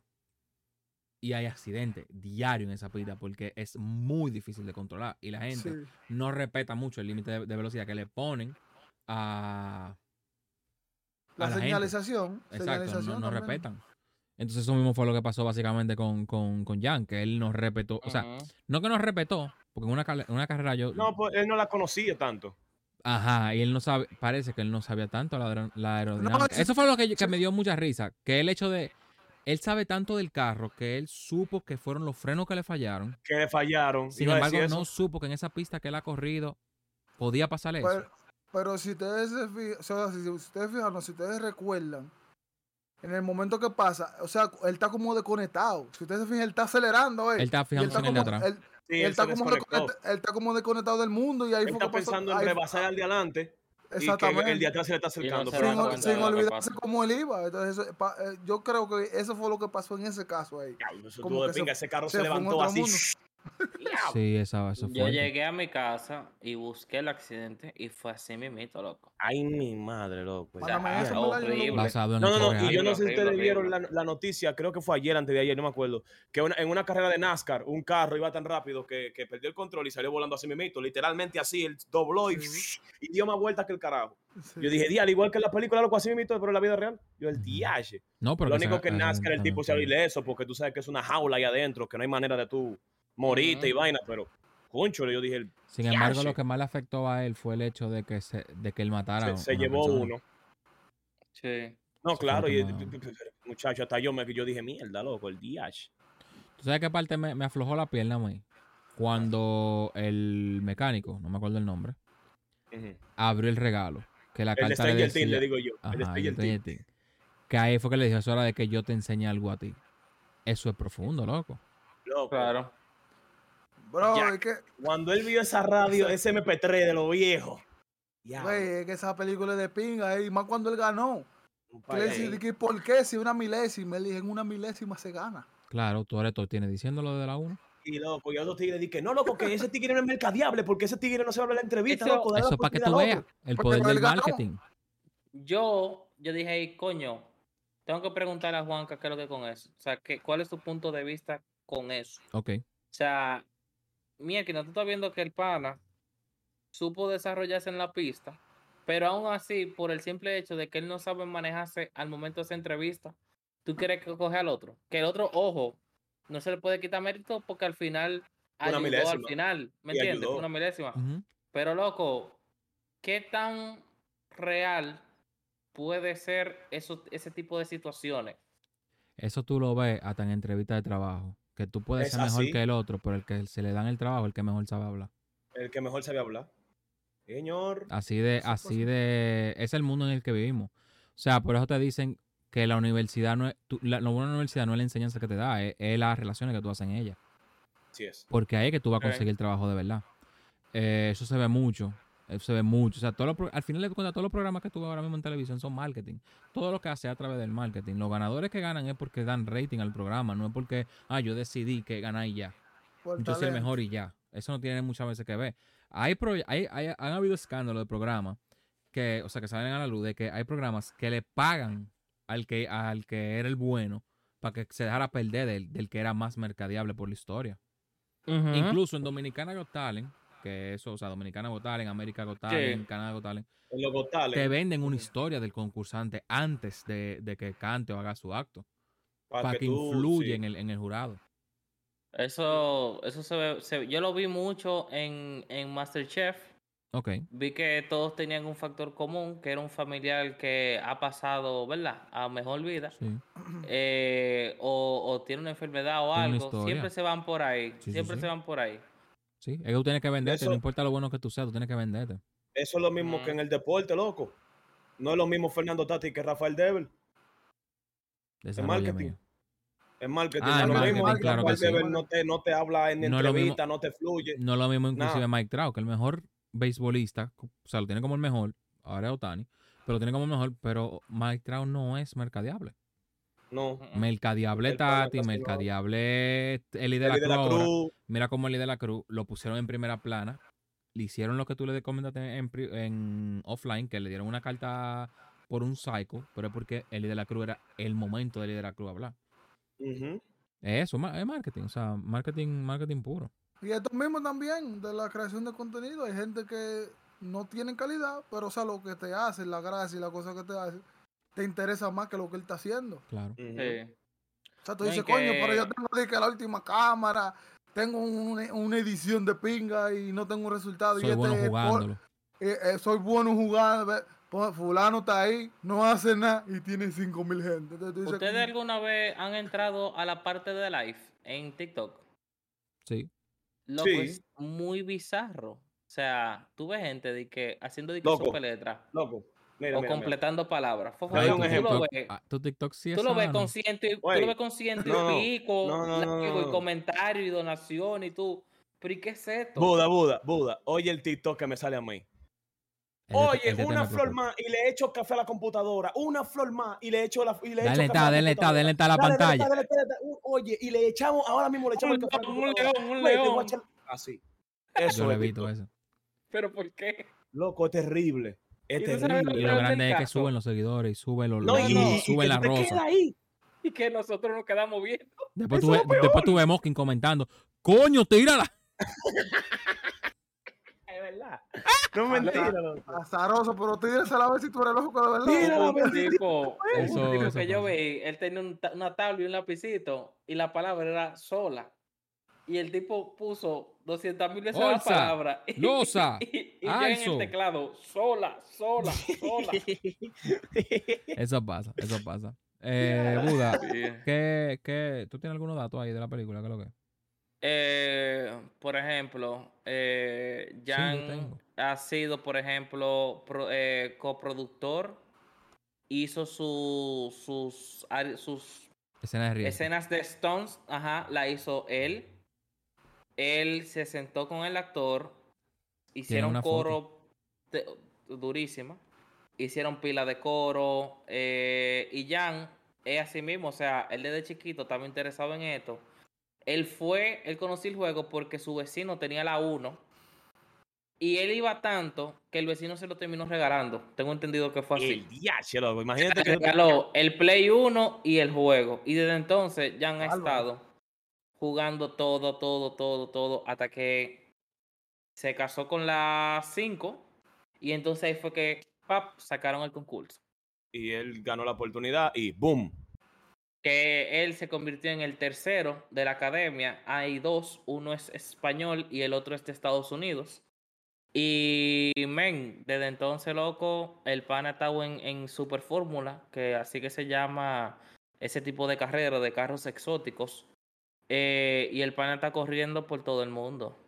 Y hay accidentes diarios en esa pista porque es muy difícil de controlar. Y la gente Sí. no respeta mucho el límite de, de velocidad que le ponen a... La, a la gente. señalización. Exacto, no, señalización no también. respetan. Entonces eso mismo fue lo que pasó básicamente con, con, con Jan, que él no respetó, o sea, Ujú. no que no respetó, porque en una, cale- en una carrera yo... No, pues él no la conocía tanto. Ajá, y él no sabe, parece que él no sabía tanto la, aero- la aerodinámica. eso- Eso fue lo que, yo- que me dio mucha risa, que el hecho de, él sabe tanto del carro que él supo que fueron los frenos que le fallaron, Que le fallaron. sin Iba a embargo decir no eso. supo que en esa pista que él ha corrido podía pasarle eso. Pero, pero si ustedes se fijan, o sea, si ustedes fijan, no, si ustedes recuerdan, en el momento que pasa, o sea, él está como desconectado. Si ustedes se fijan, él está acelerando, eh. él estaba Y él fijándose en el de como- atrás. él- Sí, él, él está se como desconectó. desconecta- él está como desconectado del mundo y ahí Él fue está que pasó- pensando en ahí- rebasar al de adelante y que el de Exactamente. atrás se le está acercando. se pero va no a se dar Sin, da sin cuenta de lo que olvidarse pasa. cómo él iba. Entonces, eso, pa- eh, yo creo que eso fue lo que pasó en ese caso ahí. Diablo, eso Como estuvo de que se- pinga, ese carro se se fue en levantó otro así. mundo. Diablo. Sí, esa, eso Yo fue. llegué a mi casa y busqué el accidente y fue así mismito, loco. Ay, mi madre, loco. O sea, Mándame eso, me "Oh, la llevo. horrible. Basado en No, hechos no, no. Y reales. yo no sé si Horrible, ustedes vieron la, horrible. la noticia, creo que fue ayer, antes de ayer, no me acuerdo, que una- en una carrera de NASCAR, un carro iba tan rápido que, que perdió el control y salió volando así mismito, literalmente así, él dobló y, Sí. y dio más vueltas que el carajo. Sí. Yo dije, dial, igual que en la película, loco, así mismito, pero en la vida real. Yo, el Ujú. diache. No, ah, pero Lo se único que en agarraron NASCAR el tipo se también. habilita eso, porque tú sabes que es una jaula ahí adentro, que no hay manera de tú morirte y Ujú. vaina, pero, concho, yo dije, el- Sin embargo, Yache. lo que más le afectó a él fue el hecho de que, se, de que él matara a se, se Ah, una llevó persona. uno. Sí. No, Eso fue lo claro, que y, más- muchacho, hasta yo me yo dije, mierda, loco, el diache. ¿Tú sabes qué parte me, me aflojó la pierna, güey? Cuando el mecánico, no me acuerdo el nombre, Ujú. abrió el regalo. Que la El de carta le Stranger Things, decía... le digo yo. el de Ajá, el de Stranger Stranger Things. Things. Que ahí fue que le dijo, es hora de que yo te enseñe algo a ti. Eso es profundo, loco. Loco, Claro. Bro, Jack. es que, Cuando él vio esa radio, ese MP3 de los viejos. Ya, güey, es que esa película es de pinga, eh, y más cuando él ganó. Tú un país le ahí. dices, de que, ¿por qué? Si una milésima, él dije, en una milésima se gana. Claro, Toreto tiene diciéndolo de la 1. Y loco, y otro tigre dije, no, loco, que ese tigre no es mercadiable, porque ese tigre no se va a hablar la entrevista, Eso- loco. dale la Eso es para que tú oportunidad al veas otro". el Porque poder para del él ganó. marketing. Yo yo dije, "Ey, coño, tengo que preguntar a Juanca qué es lo que con eso. O sea, que, ¿cuál es tu punto de vista con eso? Ok. O sea, mira, que no tú estás viendo que el pana supo desarrollarse en la pista, pero aún así, por el simple hecho de que él no sabe manejarse al momento de esa entrevista, tú quieres que coge al otro. Que el otro, ojo, no se le puede quitar mérito porque al final Una ayudó al milésima. final. ¿Me Y entiendes? ayudó. Una milésima. Ujú. Pero loco, ¿qué tan real puede ser eso, ese tipo de situaciones? Eso tú lo ves hasta en entrevistas de trabajo. Que tú puedes Es ser mejor así. que el otro, pero el que se le dan el trabajo, el que mejor sabe hablar. El que mejor sabe hablar. Señor. Así de, Eso pasa. así de, es el mundo en el que vivimos. O sea, por eso te dicen que la universidad no es, tú- la, lo bueno de la universidad no es la enseñanza que te da, es, es las relaciones que tú haces en ella. Así es. Porque ahí es que tú vas a Ok. conseguir trabajo de verdad. Eh, eso se ve mucho. Eso se ve mucho. O sea, todos los pro- al final de cuentas, todos los programas que tú ves ahora mismo en televisión son marketing. Todo lo que hace a través del marketing. Los ganadores que ganan es porque dan rating al programa, no es porque, ah, yo decidí que ganar y ya. Por Yo soy el talento. mejor y ya. Eso no tiene muchas veces que ver. Hay, pro- hay, hay- han habido escándalos de programas que, o sea, que salen a la luz de que hay programas que le pagan al que, al que era el bueno para que se dejara perder del, del que era más mercadeable por la historia. Incluso en Dominicana Got Talent, que eso, o sea, Dominicana Got Talent, América Got Talent, Canadá Got Talent, En los gotales. te venden una historia del concursante antes de, de que cante o haga su acto, para, que, tú- influya sí. en, el, en el jurado. Eso, eso se ve, se- yo lo vi mucho en, en Masterchef. Ok, Vi que todos tenían un factor común, que era un familiar que ha pasado, ¿verdad? A mejor vida. sí. eh, o, o tiene una enfermedad o Tiene una algo. Siempre historia. se van por ahí. Sí, sí, siempre sí. se van por ahí. Sí, es que tú tienes que venderte, no Eso- importa lo bueno que tú seas, tú tienes que venderte. Eso es lo mismo que en el deporte, loco. No es lo mismo Fernando Tati que Rafael Devil. Desarrolla, marketing. amigo. En marketing Ah, no en es lo marketing, mismo. claro que Rafael sí. Devil no te, no te habla en No es lo mismo. entrevista, no te fluye. No lo mismo inclusive Nada. Mike Trout, que el mejor beisbolista, o sea, lo tiene como el mejor, ahora es Otani, pero lo tiene como el mejor, pero Mike Trout no es mercadeable. No. Mm, Mercadiable Mm. El pana Tati, casi no- mercadiable Eli de la, Eli de la Cruz. ahora. Cruz. Mira cómo Eli de la Cruz lo pusieron en primera plana. Le hicieron lo que tú le comentaste en, pri- en offline, que le dieron una carta por un psycho, pero es porque Eli de la Cruz era el momento de Eli de la Cruz hablar. Ujú. Es Eso, ma- es marketing, o sea, marketing, marketing puro. Y esto mismo también de la creación de contenido. Hay gente que no tienen calidad, pero o sea, lo que te hacen, la gracia y la cosa que te hacen, te interesa más que lo que él está haciendo. Claro. Ujú. Sí. O sea, tú No, y dices, coño, pero yo que- tengo de que la última cámara, tengo una, una edición de pinga y no tengo un resultado. y este Soy bueno es por- jugándolo. eh, eh, soy bueno jugando. ve, po- Fulano está ahí, no hace nada y tiene 5000 gente. Entonces tú dices, ¿Ustedes "Coño". alguna vez han entrado a la parte de live en TikTok? Sí. Loco, Sí. es muy bizarro. O sea, tú ves gente de que haciendo de que Loco. sopeletras Loco. Mira, mira, o mira. completando palabras. Fofo, Hay tú un lo ejemplo. ves- ah, tu TikTok sí es Tú lo ves sano. con ciento y, tú Güey, lo ves con ciento y no, pico, no, no, no, like, no, y no. comentario y donación y tú. ¿Pero y qué es esto? Buda, Buda, Buda. Oye el TikTok que me sale a mí. El de- Oye, el de una Temer flor Profundo. más y le echo café a la computadora. Una flor más y le echo la y le echo Dale café a está, la dale está, computadora. dale está a la Dale, dale, pantalla. dale, dale, dale. U- Oye, y le echamos, ahora mismo le echamos Un el café a la león, un computadora. león, un Güey, te voy a león. echar- Así. Eso Yo lo es he visto eh. TikTok. eso. ¿Pero por qué? Loco, es terrible. Es Y tú sabes Y terrible. lo Pero es grande del es que caso. suben los seguidores y suben los No, likes, y, no, y- y suben que la tú te quedas rosa. ahí. Y que nosotros nos quedamos bien. Después Eso tú, es ves, lo peor. después tú ves Moskin comentando, coño, tírala. Es verdad. No Ah, mentira, no. loco. Azaroso, pero tírese a la vez si tú eres loco de verdad. Tira Hubo la un bendita tipo, hubo un Eso- tipo eso que yo pasa. vi, él tenía un ta- una tabla y un lapicito y la palabra era sola. Y el tipo puso 200 mil veces Olsa, la palabra. y- losa, Y, y ya en aiso. el teclado, sola, sola, sola. Eso pasa, eso pasa. Eh, Buda, ¿qué, qué, tú tienes algunos datos ahí de la película? ¿Qué es lo que? es? Eh, por ejemplo, eh, yo Jan tengo. ha sido, por ejemplo, pro- eh, coproductor. Hizo su- sus, ar- sus Escena de riesgo. escenas de Stones, ajá, la hizo él. Él se sentó con el actor. Hicieron una foto. coro te- durísima. Hicieron pila de coro. eh, y Jan es así mismo. O sea, él desde chiquito estaba interesado en esto. Él fue, él conoció el juego porque su vecino tenía la 1. Y él iba tanto que el vecino se lo terminó regalando. Tengo entendido que fue así. El diache, loco. Imagínate que. Regaló el Play 1 y el juego. Y desde entonces ya han Bárbaro. estado jugando todo, todo, todo, todo. Hasta que se casó con la 5. Y entonces ahí fue que pap, sacaron el concurso. Y él ganó la oportunidad y boom. que él se convirtió en el tercero de la academia. Hay dos, uno es español y el otro es de Estados Unidos. Y men, desde entonces, loco, el pana ha estado en, en Super Fórmula, que así que se llama ese tipo de carrera de carros exóticos. Eh, y el pana está corriendo por todo el mundo.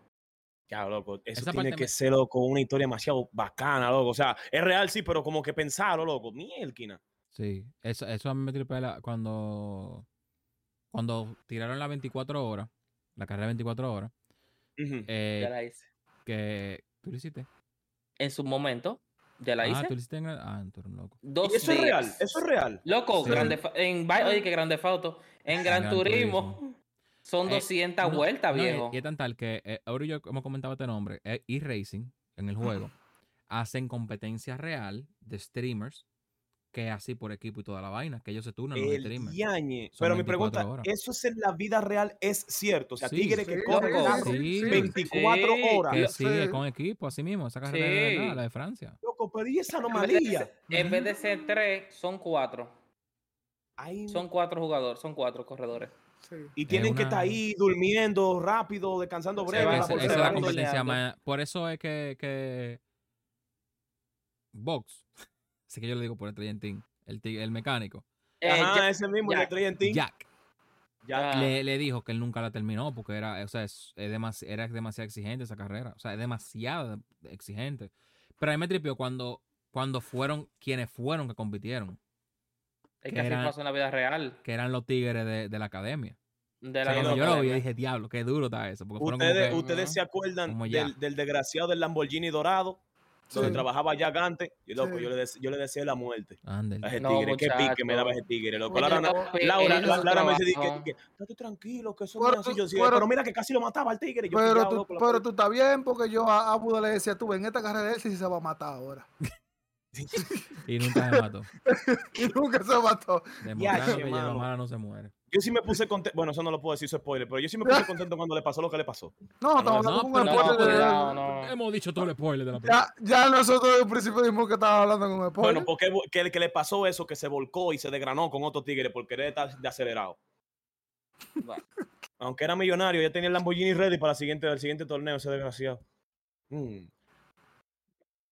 Ya, loco. Eso Esa tiene parte que me- ser, loco, una historia demasiado bacana, loco. O sea, es real, sí, pero como que pensarlo, loco. Mielquina. Sí, eso, eso a mí me tripela cuando, cuando tiraron la 24 horas, la carrera de 24 horas, Ujú. eh, Ya la hice. que tú lo hiciste. En su momento, ya la ah, hice. tú lo hiciste en... Ah, tú eres un loco. Dos Y eso es real, días. eso es real. Loco, Sí. grande, Fa- en, va- oye, que grande foto. En Gran, Gran Turismo, son Eh, 200 no, vueltas, no, y- viejo. Y, es tan tal que eh, ahora yo, como comentaba este nombre, eh, e-racing en el juego, hacen competencia real de streamers que así por equipo y toda la vaina, que ellos se turnan los El streamers. diañe. Son Pero mi 24 pregunta, horas. ¿eso es en la vida real? ¿Es cierto? O sea, Sí, tigre Sí, que corre sí, carro sí, sí, sí. 24 Sí, horas. Que Yo- sí, es sí. con equipo, así mismo, esa carrera de verdad, Sí. la de Francia. Loco, pero ¿y esa En vez de anomalía? ser- En vez de ser tres, son cuatro. Ay, Son cuatro jugadores, son cuatro corredores. Sí. y tienen que una- estar ahí durmiendo rápido, descansando Sí, breve. que para esa- volver esa a es la darle. competencia Leandro. más. Por eso es que, que Box, así que yo le digo por el Trientín, el, tig- el mecánico, Eh, Ajá, ya- ese mismo, el de Jack. Trey and Tim. Jack, Ya. Ah. le, le dijo que él nunca la terminó porque era, o sea, es, es demas- era demasiado exigente esa carrera, o sea, es demasiado exigente. Pero a mí me tripió cuando, cuando fueron quienes fueron que compitieron, es que que así era- pasa en la vida real. que eran los tigres de, de la academia. De O la sea, cuando misma yo lo vi, yo academia. dije, diablo, qué duro está eso. Porque fueron como Ustedes, que- ustedes se acuerdan Como del, Jack. del desgraciado del Lamborghini dorado, donde Sí. trabajaba Jack antes. Y loco, Sí. yo, le dese- yo le deseé la muerte Ándale. a ese No, tigre. Qué pique me daba ese muchacho. tigre, loco. Muchacho, Laura, na- Pues, Papi, Laura, ellos la- no Clara me dice trabajan. que, que estate tranquilo, que eso no Pero es así. tú- Yo decía, pero- pero mira que casi lo mataba al tigre. Yo Pero, pillado, tú, loco, la- pero tú estás bien, porque yo a, a Buda le decía, tú en esta carrera él sí se va a matar ahora. Y nunca se mató. Y nunca se mató. Demostrando che, que mano. Yeromara no se muere. yo sí me puse contento. Bueno, eso no lo puedo decir, eso es spoiler, pero yo sí me puse contento cuando le pasó lo que le pasó. No, estamos no, hablando con pero un No, Después spoiler. de- cuidado, no. Hemos dicho todo el spoiler de la película. Ya, ya nosotros desde el principio dijimos que estaba hablando con un spoiler. Bueno, porque que, el que le pasó eso, que se volcó y se desgranó con otro tigre por querer estar de acelerado. Va. Aunque era millonario, ya tenía el Lamborghini ready para el siguiente, el siguiente torneo, ese desgraciado. Mm.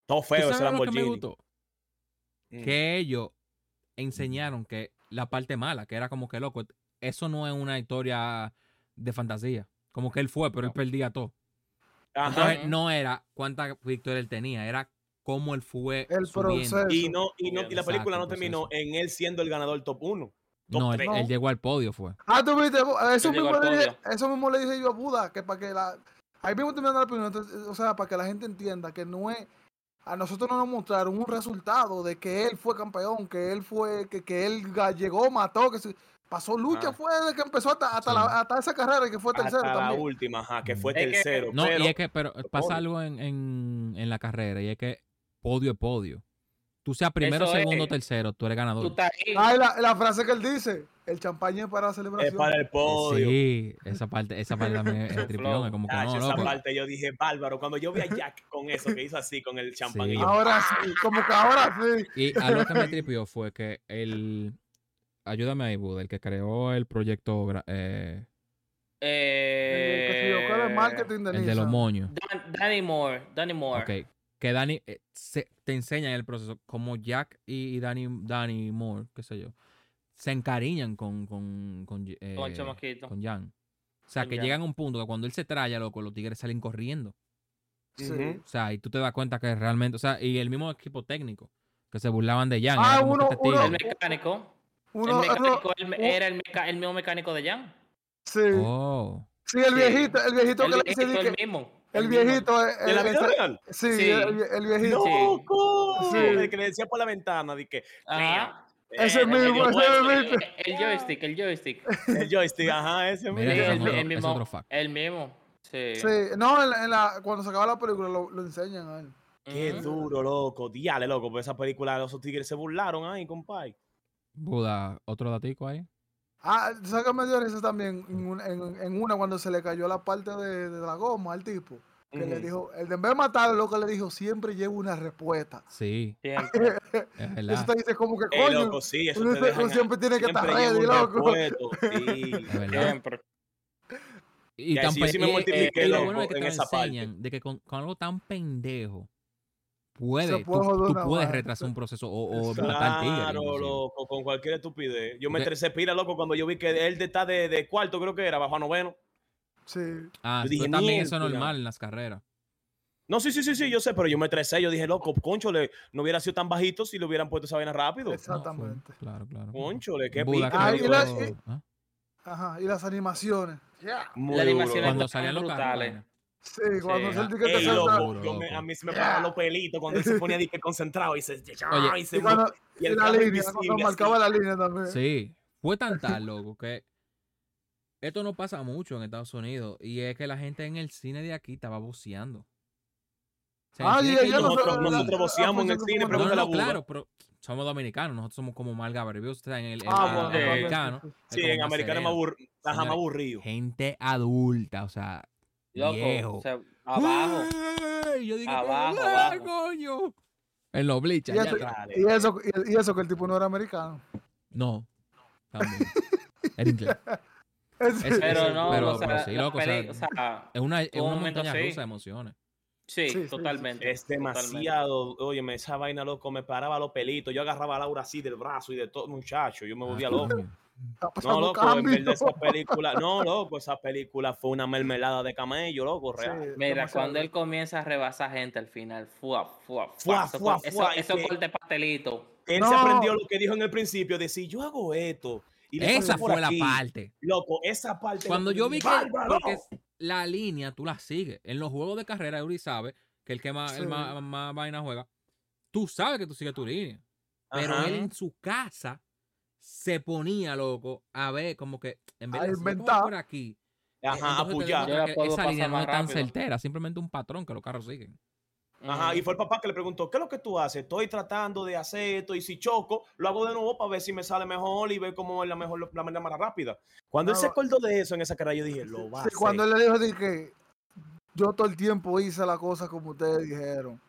Todo ¿Tú feo ese sabes lo que me Lamborghini. gustó? Mm. Que ellos enseñaron que la parte mala, que era como que loco, eso no es una historia de fantasía. Como que él fue, pero él perdía todo. Ajá. Entonces, no era cuánta victoria él tenía, era cómo él fue. El subiendo. proceso. Y, no, y, no, y la Exacto, película no pues terminó eso. en él siendo el ganador top 1. No, él, tres. él llegó al podio, fue. Ah, tú viste, bu- eso Él llegó mismo, al le dije, podio. eso mismo le dije yo a Buda, que para que la... Ahí mismo terminando la opinión, entonces, o sea, para que la gente entienda que no es... A nosotros no nos mostraron un resultado de que él fue campeón, que él fue, que, que él ga- llegó, mató, que se- pasó lucha, Ah. fue desde que empezó hasta, hasta, Sí. la- hasta esa carrera y que fue tercero Hasta la también. última, ajá, que Mm. fue Es que- tercero. No, pero, y es que pero podio. pasa algo en, en- en la carrera y es que podio es podio. Tú seas primero, Eso es. eh, segundo, tercero, tú eres Tú ganador. estás ahí. Ah, y la, la frase que él dice, el champaña es para la es celebración. para el podio. Sí, esa parte, esa parte también es Flow. tripión, es como que Tacho, no, esa loco. parte yo dije, bárbaro. Cuando yo vi a Jack con eso, que hizo así con el champán. Sí. y yo, Ahora sí, como que ahora sí. Y a lo que me tripió fue que el ayúdame ahí, Buda, el que creó el proyecto gra- eh, El que se equivocó del Eh, marketing de el de los Nissan. moños. Dan- Danny Moore, Danny Moore. Ok. Que Dani eh, se- te enseña en el proceso, como Jack y, y Danny, Danny Moore, qué sé yo, se encariñan con, con, con, Ye- Con eh, el chamaquito. con Jan. O sea, Con que Jan. llegan a un punto que cuando él se traya, loco, los tigres salen corriendo. Sí. Ujú. O sea, y tú te das cuenta que realmente, o sea, y el mismo equipo técnico que se burlaban de Jan. Ah, era como que uno- este uno- El tigre- mecánico. Uno, el uno- mecánico él me- un- era el, meca- el mismo mecánico de Jan. sí, Oh. sí, el sí. viejito, el viejito El que le dice viejito, di el que- mismo. el mismo. viejito, eh, ¿De la eh, vida ese- real? sí, Sí. El, vie- el viejito. ¡Loco! Sí. El que le decía por la ventana, de que, Ajá. Ese "Eh, mismo, el ese juego, Ah. El, mismo. el joystick, el joystick. El joystick, ajá, ese Mira, Sí, mismo. ese es el, otro- el es mismo. otro fact. El mismo. Sí. Sí, no, en la- en la- cuando se acaba la película lo, lo enseñan a él. Qué Ujú. duro, loco. Diale, loco. Por esa película, esos tigres se burlaron ahí, compadre. Buda, otro datico ahí. Ah, ¿sabes qué me dio risa también? En, un- en- en una cuando se le cayó la parte de, de la goma al tipo. Que le Ujú. dijo, el de en vez de matarlo, lo que le dijo, siempre lleva una respuesta. Sí, Siempre. es Eso verdad. te dice como que, Ey, coño, Eh, loco, sí, eso uno te se- dejan uno siempre tiene que estar siempre lleva ready, un loco. repuesto, sí. Es verdad. Siempre. Y, Ya, tan si yo sí me pe- y- eh, multipliqué, y lo loco, bueno es que te en lo esa parte. enseñan de que con, con algo tan pendejo puede, tú, puede joder tú una puedes vaina. retrasar un proceso o, o matar al tigre. Claro, inclusive. loco, con cualquier estupidez. Yo me Porque- estresé pila, loco, cuando yo vi que él de- está de, de cuarto, creo que era, bajo a noveno. Sí. Ah, Yo pero dije, también eso es "Mierda". normal en las carreras. No, sí, sí, sí, sí, yo sé, pero yo me estresé. Yo dije, loco, conchole, no hubiera sido tan bajito si le hubieran puesto esa vaina rápido. Exacto. No, Exactamente. full, claro, claro. Conchole, qué Buda, pica. Ah, loco, y la- eso. cuando- ¿ah? Ajá, y las animaciones. Muy La duro, animación loco. Cuando están salían los carros. brutales. vaina. Sí, cuando Sí. es el ticket te Ey, salta- ah, eh, loco, Duro, yo me- loco. a mí se me paraban los pelitos cuando él se ponía disque concentrado y se, Oye, y se Y, cuando- y el y la carro línea, invisible cuando así. marcaba la línea también. Sí, fue tan tal, loco, que esto no pasa mucho en Estados Unidos y es que la gente en el cine de aquí estaba boceando. O sea, el Ah, cine ya, que ya yo- nosotros, no sé- nosotros, la- voceamos en la el función cine, No, no, pregúntale a no, Buda. claro, pero somos dominicanos, nosotros somos como mal gabarbios, o sea, en el, el- Ah, el- bueno, el eh, americano. sí, sí, es Sí, como en más americano es más sereno. aburr- ajá, más Señores, aburrido. Gente adulta, o sea, Loco. viejo. o sea, abajo. ¡Ay! Yo dije, Abajo, pero, ¡ah, abajo. coño! En los bleachers, Y allá esto- atrás. Dale. sí. Y eso, y, y eso que el tipo no era americano. No, también. Era inglés. Ese- Ese- Pero ese- no, pero- o sea, pero sí, la loco, o sea, peli- o sea, Es una, es Hubo una un momento montaña así. rusa de emociones. sí, sí, sí, sí. totalmente. Es demasiado, óyeme, esa vaina, loco, me paraba los pelitos. Yo agarraba a Laura así del brazo y de todo, muchacho, yo me volvía Ah, loco. coño. está pasando No, loco, en cambio. verdad esa película, no, loco, esa película fue una mermelada de camello, loco, Sí, real. Mira, demasiado. cuando él comienza a rebasar gente al final, fuá, fuá, Fuá, fuá. Eso, fuá, cor- eso, fuá, y eso que- corte pastelito. Él se No. aprendió lo que dijo en el principio, de si yo hago esto. Y le Esa paso por fue la aquí, parte. Loco, esa parte. Cuando loco, yo vi que ¡bárbaro! porque es- la línea tú la sigues. En los juegos de carrera, Yuri sabe que el que más, el Sí. más, más vaina juega, tú sabes que tú sigues tu línea. Pero Ajá. él en su casa se ponía, loco, a ver como que en vez A de decir, "Vamos inventar. por aquí. eh, Ajá, entonces te apoyar. Yo demuestra la que puedo esa pasar línea no más es tan rápido. certera, simplemente un patrón que los carros siguen. Ajá, y Eh. Ujú. fue el papá que le preguntó, ¿qué es lo que tú haces? Estoy tratando de hacer esto y si choco, lo hago de nuevo para ver si me sale mejor y ver cómo es la mejor la manera más rápida. Cuando él Ah, se va. acordó de eso en esa cara, yo dije, lo va a Sí, hacer. cuando él le dijo de que yo todo el tiempo hice la cosa como ustedes dijeron.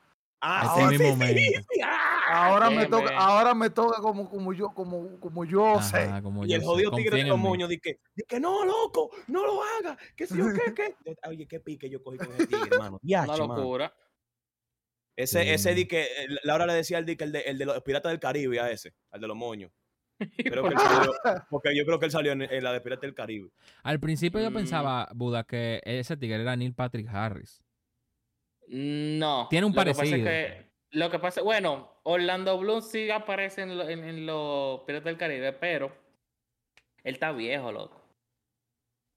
Ah, Ese sí, mismo sí, sí, momento. sí, ah. Ahora Bien, me toca, bien. ahora me toca como, como yo, como, como yo sé. Ajá, como Y yo el sé, jodido tigre confíen de los en mí. moños, dije, que no, loco, no lo haga, que si yo qué, qué. Oye, qué pique yo cogí con ese tigre, hermano. Una Diache, mano. locura. Ese, Sí, ese no. di que eh, Laura le decía al di que el de, el de los piratas del Caribe a ese, al de los moños. Creo que él salió- porque yo creo que él salió en, en la de Piratas del Caribe. Al principio yo Mm. pensaba, Buda, que ese tigre era Neil Patrick Harris. No. Tiene un lo que pasa es parecido. que- lo que pasa, bueno, Orlando Bloom sí aparece en, lo- en- en los Piratas del Caribe, pero él está viejo, loco.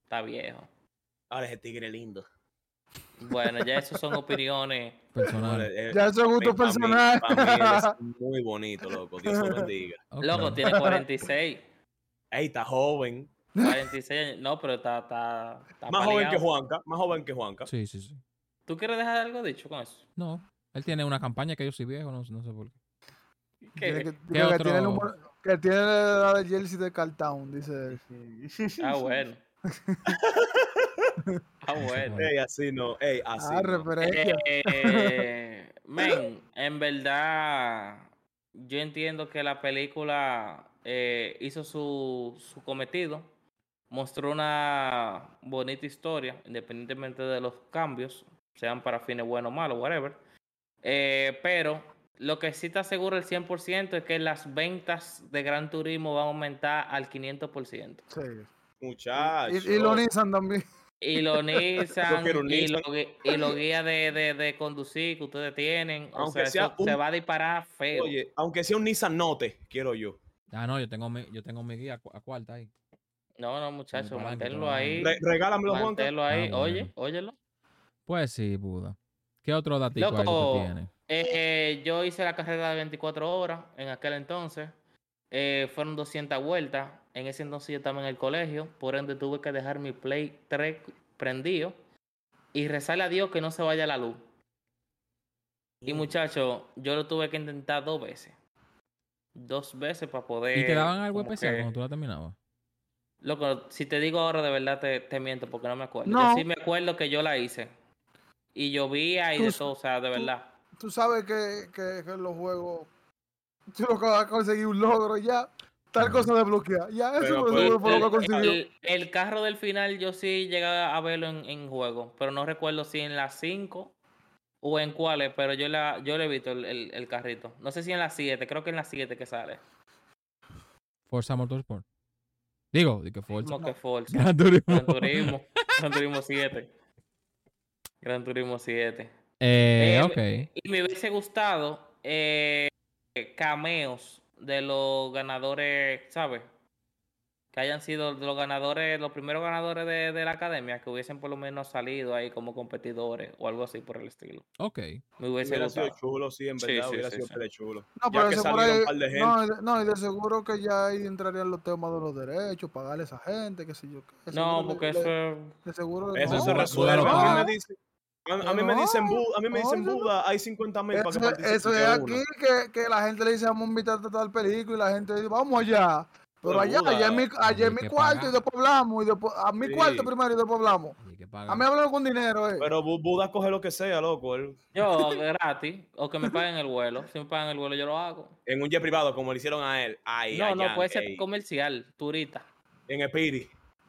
Está viejo. Ahora ese tigre lindo. Bueno, ya eso son opiniones. No, Personal. eh, eh, Ya eso es gusto pa' mí- personal. pa' mí él es muy bonito, loco. Dios lo bendiga. Ok. Loco, tiene 46. Ey, está joven. 46 años. No, pero está. está, está Más joven que paleado. Juanca. Más joven que Juanca. Sí, sí, sí. ¿Tú quieres dejar algo dicho con eso? No. Él tiene una campaña que yo soy viejo, no, no sé por qué. Dice ¿Qué? que- dice que tiene el otro? número- Que tiene la edad de Jersey de Cartown, dice él. Ah, bueno. Ah, bueno. Ey, así no. Ey, así. Ah, no. referencia. Eh, men, en verdad, yo entiendo que la película eh, hizo su, su cometido, mostró una bonita historia, independientemente de los cambios, sean para fines buenos o malos, whatever. Eh, pero lo que sí te aseguro el 100% es que las ventas de Gran Turismo van a aumentar al 500%. Sí. Muchacho. Y, y lo Nissan también. Y los Nissan, quiero un y, Nissan. los gui- y los guías de, de, de conducir que ustedes tienen, o Aunque sea, sea eso se un- va a disparar feo. Oye, aunque sea un Nissan Note, quiero yo. Ah, no, yo tengo mi, yo tengo mi guía cu- a cuarta ahí. no, no, muchachos, disparan, manténlo disparan. ahí. Re- regálamelo, Juanca. Manténlo ahí. Ah, Oye, bueno. óyelo. Pues sí, Buda. ¿Qué otro datico ahí que tú Loco. tienes? Eh, yo hice la carrera de 24 horas en aquel entonces. Eh, fueron 200 vueltas. En ese entonces yo estaba en el colegio, por ende tuve que dejar mi Play 3 prendido y rezarle a Dios que no se vaya la luz. Y muchacho, yo lo tuve que intentar dos veces. Dos veces para poder. ¿Y te daban algo eh, como especial que- cuando tú la terminabas? Loco, si te digo ahora de verdad te, te miento porque no me acuerdo. No. Yo sí me acuerdo que yo la hice. Y llovía y Tú de s- todo, o sea, de tú- verdad. Tú sabes que, que, que en los juegos tú lo que vas a conseguir un logro ya. Tal cosa de bloquear. Ya, eso Pero, fue- pues, eso fue lo que el, consiguió. el- el carro del final yo sí llegué a verlo en, en juego, pero no recuerdo si en las 5 o en cuáles, pero yo la yo le he visto el, el- el carrito. No sé si en las 7, creo que en las 7 que sale. Forza Motorsport. Digo, de que Forza. Como que Forza. Gran Turismo. Gran Turismo. Gran Turismo 7. Gran Turismo 7. Eh, Eh, ok. Y me hubiese gustado eh, cameos de los ganadores, ¿sabes? Que hayan sido de los ganadores, los primeros ganadores de, de la academia, que hubiesen por lo menos salido ahí como competidores o algo así por el estilo. Ok. Me hubiese Hubiera sido gustado. chulo, sí, en Sí, verdad, sí, hubiera sí, sido sí. pele chulo. No, Ya pero que de seguro salieron ahí- un par de gente. no, y de- no, y de seguro que ya ahí entrarían los temas de los derechos, pagarle a esa gente, qué sé yo. qué. De No, seguro le- porque le- eso es. De seguro. Eso no, se no, resuelve. no, A mí no, me dicen, a, a mí me dicen, Bu- a mí me dicen Oye. Buda, hay 50 mil para que Eso, participe eso es cada uno. aquí que, que la gente le dice vamos a invitar a tal película y la gente dice vamos allá. Pero Pero allá, Buda, allá en mi, allá en hay mi que cuarto pagar. y después hablamos. Y después, a mi Sí. Ah. cuarto primero y después hablamos. Hay que A mí pagar. hablan con dinero, eh. Pero Bu- Buda coge lo que sea, loco. él- Yo gratis, o que me paguen el vuelo. Si me pagan el vuelo, yo lo hago. en un jet privado, como le hicieron a él. Ay, No, no, allá, puede ser ey, comercial, turista, En Espiri.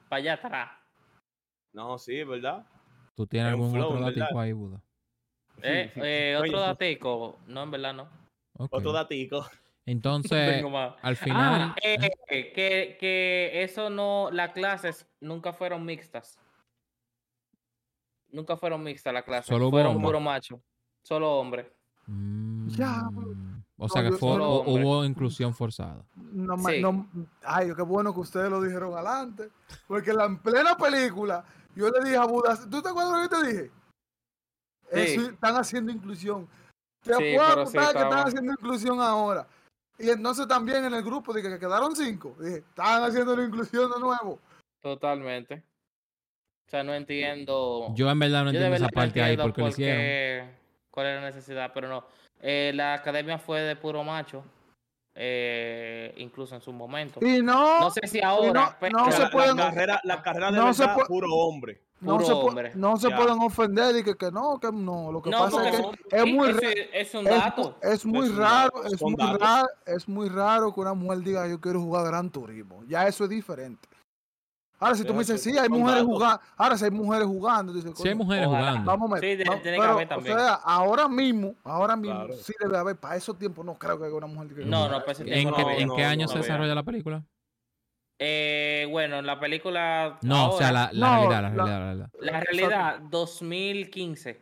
para allá atrás. No, sí, ¿verdad? ¿Tú tienes es un algún flow, otro en verdad. datico ahí, Buda? Eh, eh, otro Coño. datico. No, en verdad no. Ok. Otro datico. Entonces, Tengo más. al final. Ah, eh, eh, que, que eso no, las clases nunca fueron mixtas. Nunca fueron mixtas las clases. Solo hubo fueron hombres. puro macho. Solo hombre. Ya, mm, O no, sea que yo fue- solo hu- Ah. hombre. hubo inclusión forzada. No, ma- Sí. no- ay, qué bueno que ustedes lo dijeron adelante. Porque en la en plena película, yo le dije a Buda, ¿tú te acuerdas lo que te dije? Eso Sí. están haciendo inclusión. Te Sí, puedo pero sí apostar que están estaba- haciendo inclusión ahora. Y entonces también en el grupo dije que quedaron cinco. Dije, están haciendo la inclusión de nuevo. Totalmente. O sea, no entiendo. Yo en verdad no Oh. yo de entiendo esa verdad no parte ahí entiendo porque lo por hicieron. qué- cuál era la necesidad, pero no. Eh, la academia fue de puro macho. eh, incluso en su momento. Y no, No sé si ahora. no pero- se la, pueden- la carrera, la carrera de No se verdad, puede- puro hombre. no, puro se, pu- hombre, no se ya. pueden ofender y que, que no, que no. Lo que No, pasa porque es que son- es sí, muy eso re- es- es un es mu- dato. Es, muy Es un raro, dato, es son muy datos. raro, es muy raro que una mujer diga yo quiero jugar Gran Turismo. Ya eso es diferente. Ahora si tú me Eso dices, es- sí, hay son mujeres datos. jugando, ahora si hay mujeres jugando, tú dices, Si hay "Coño, mujeres Ojalá. jugando. vamos a Sí, meter. de- vamos- tiene que pero, haber también. O sea, ahora mismo, ahora mismo Claro. pues, sí debe haber, para esos tiempos no creo que haya una mujer que No, no, para ese ¿En tiempo qué, no había. en qué no, año no se había. desarrolla la película? Eh, bueno, la película. No, o sea, ahora, la, la No, realidad, la la- realidad, la realidad. la realidad, 2015.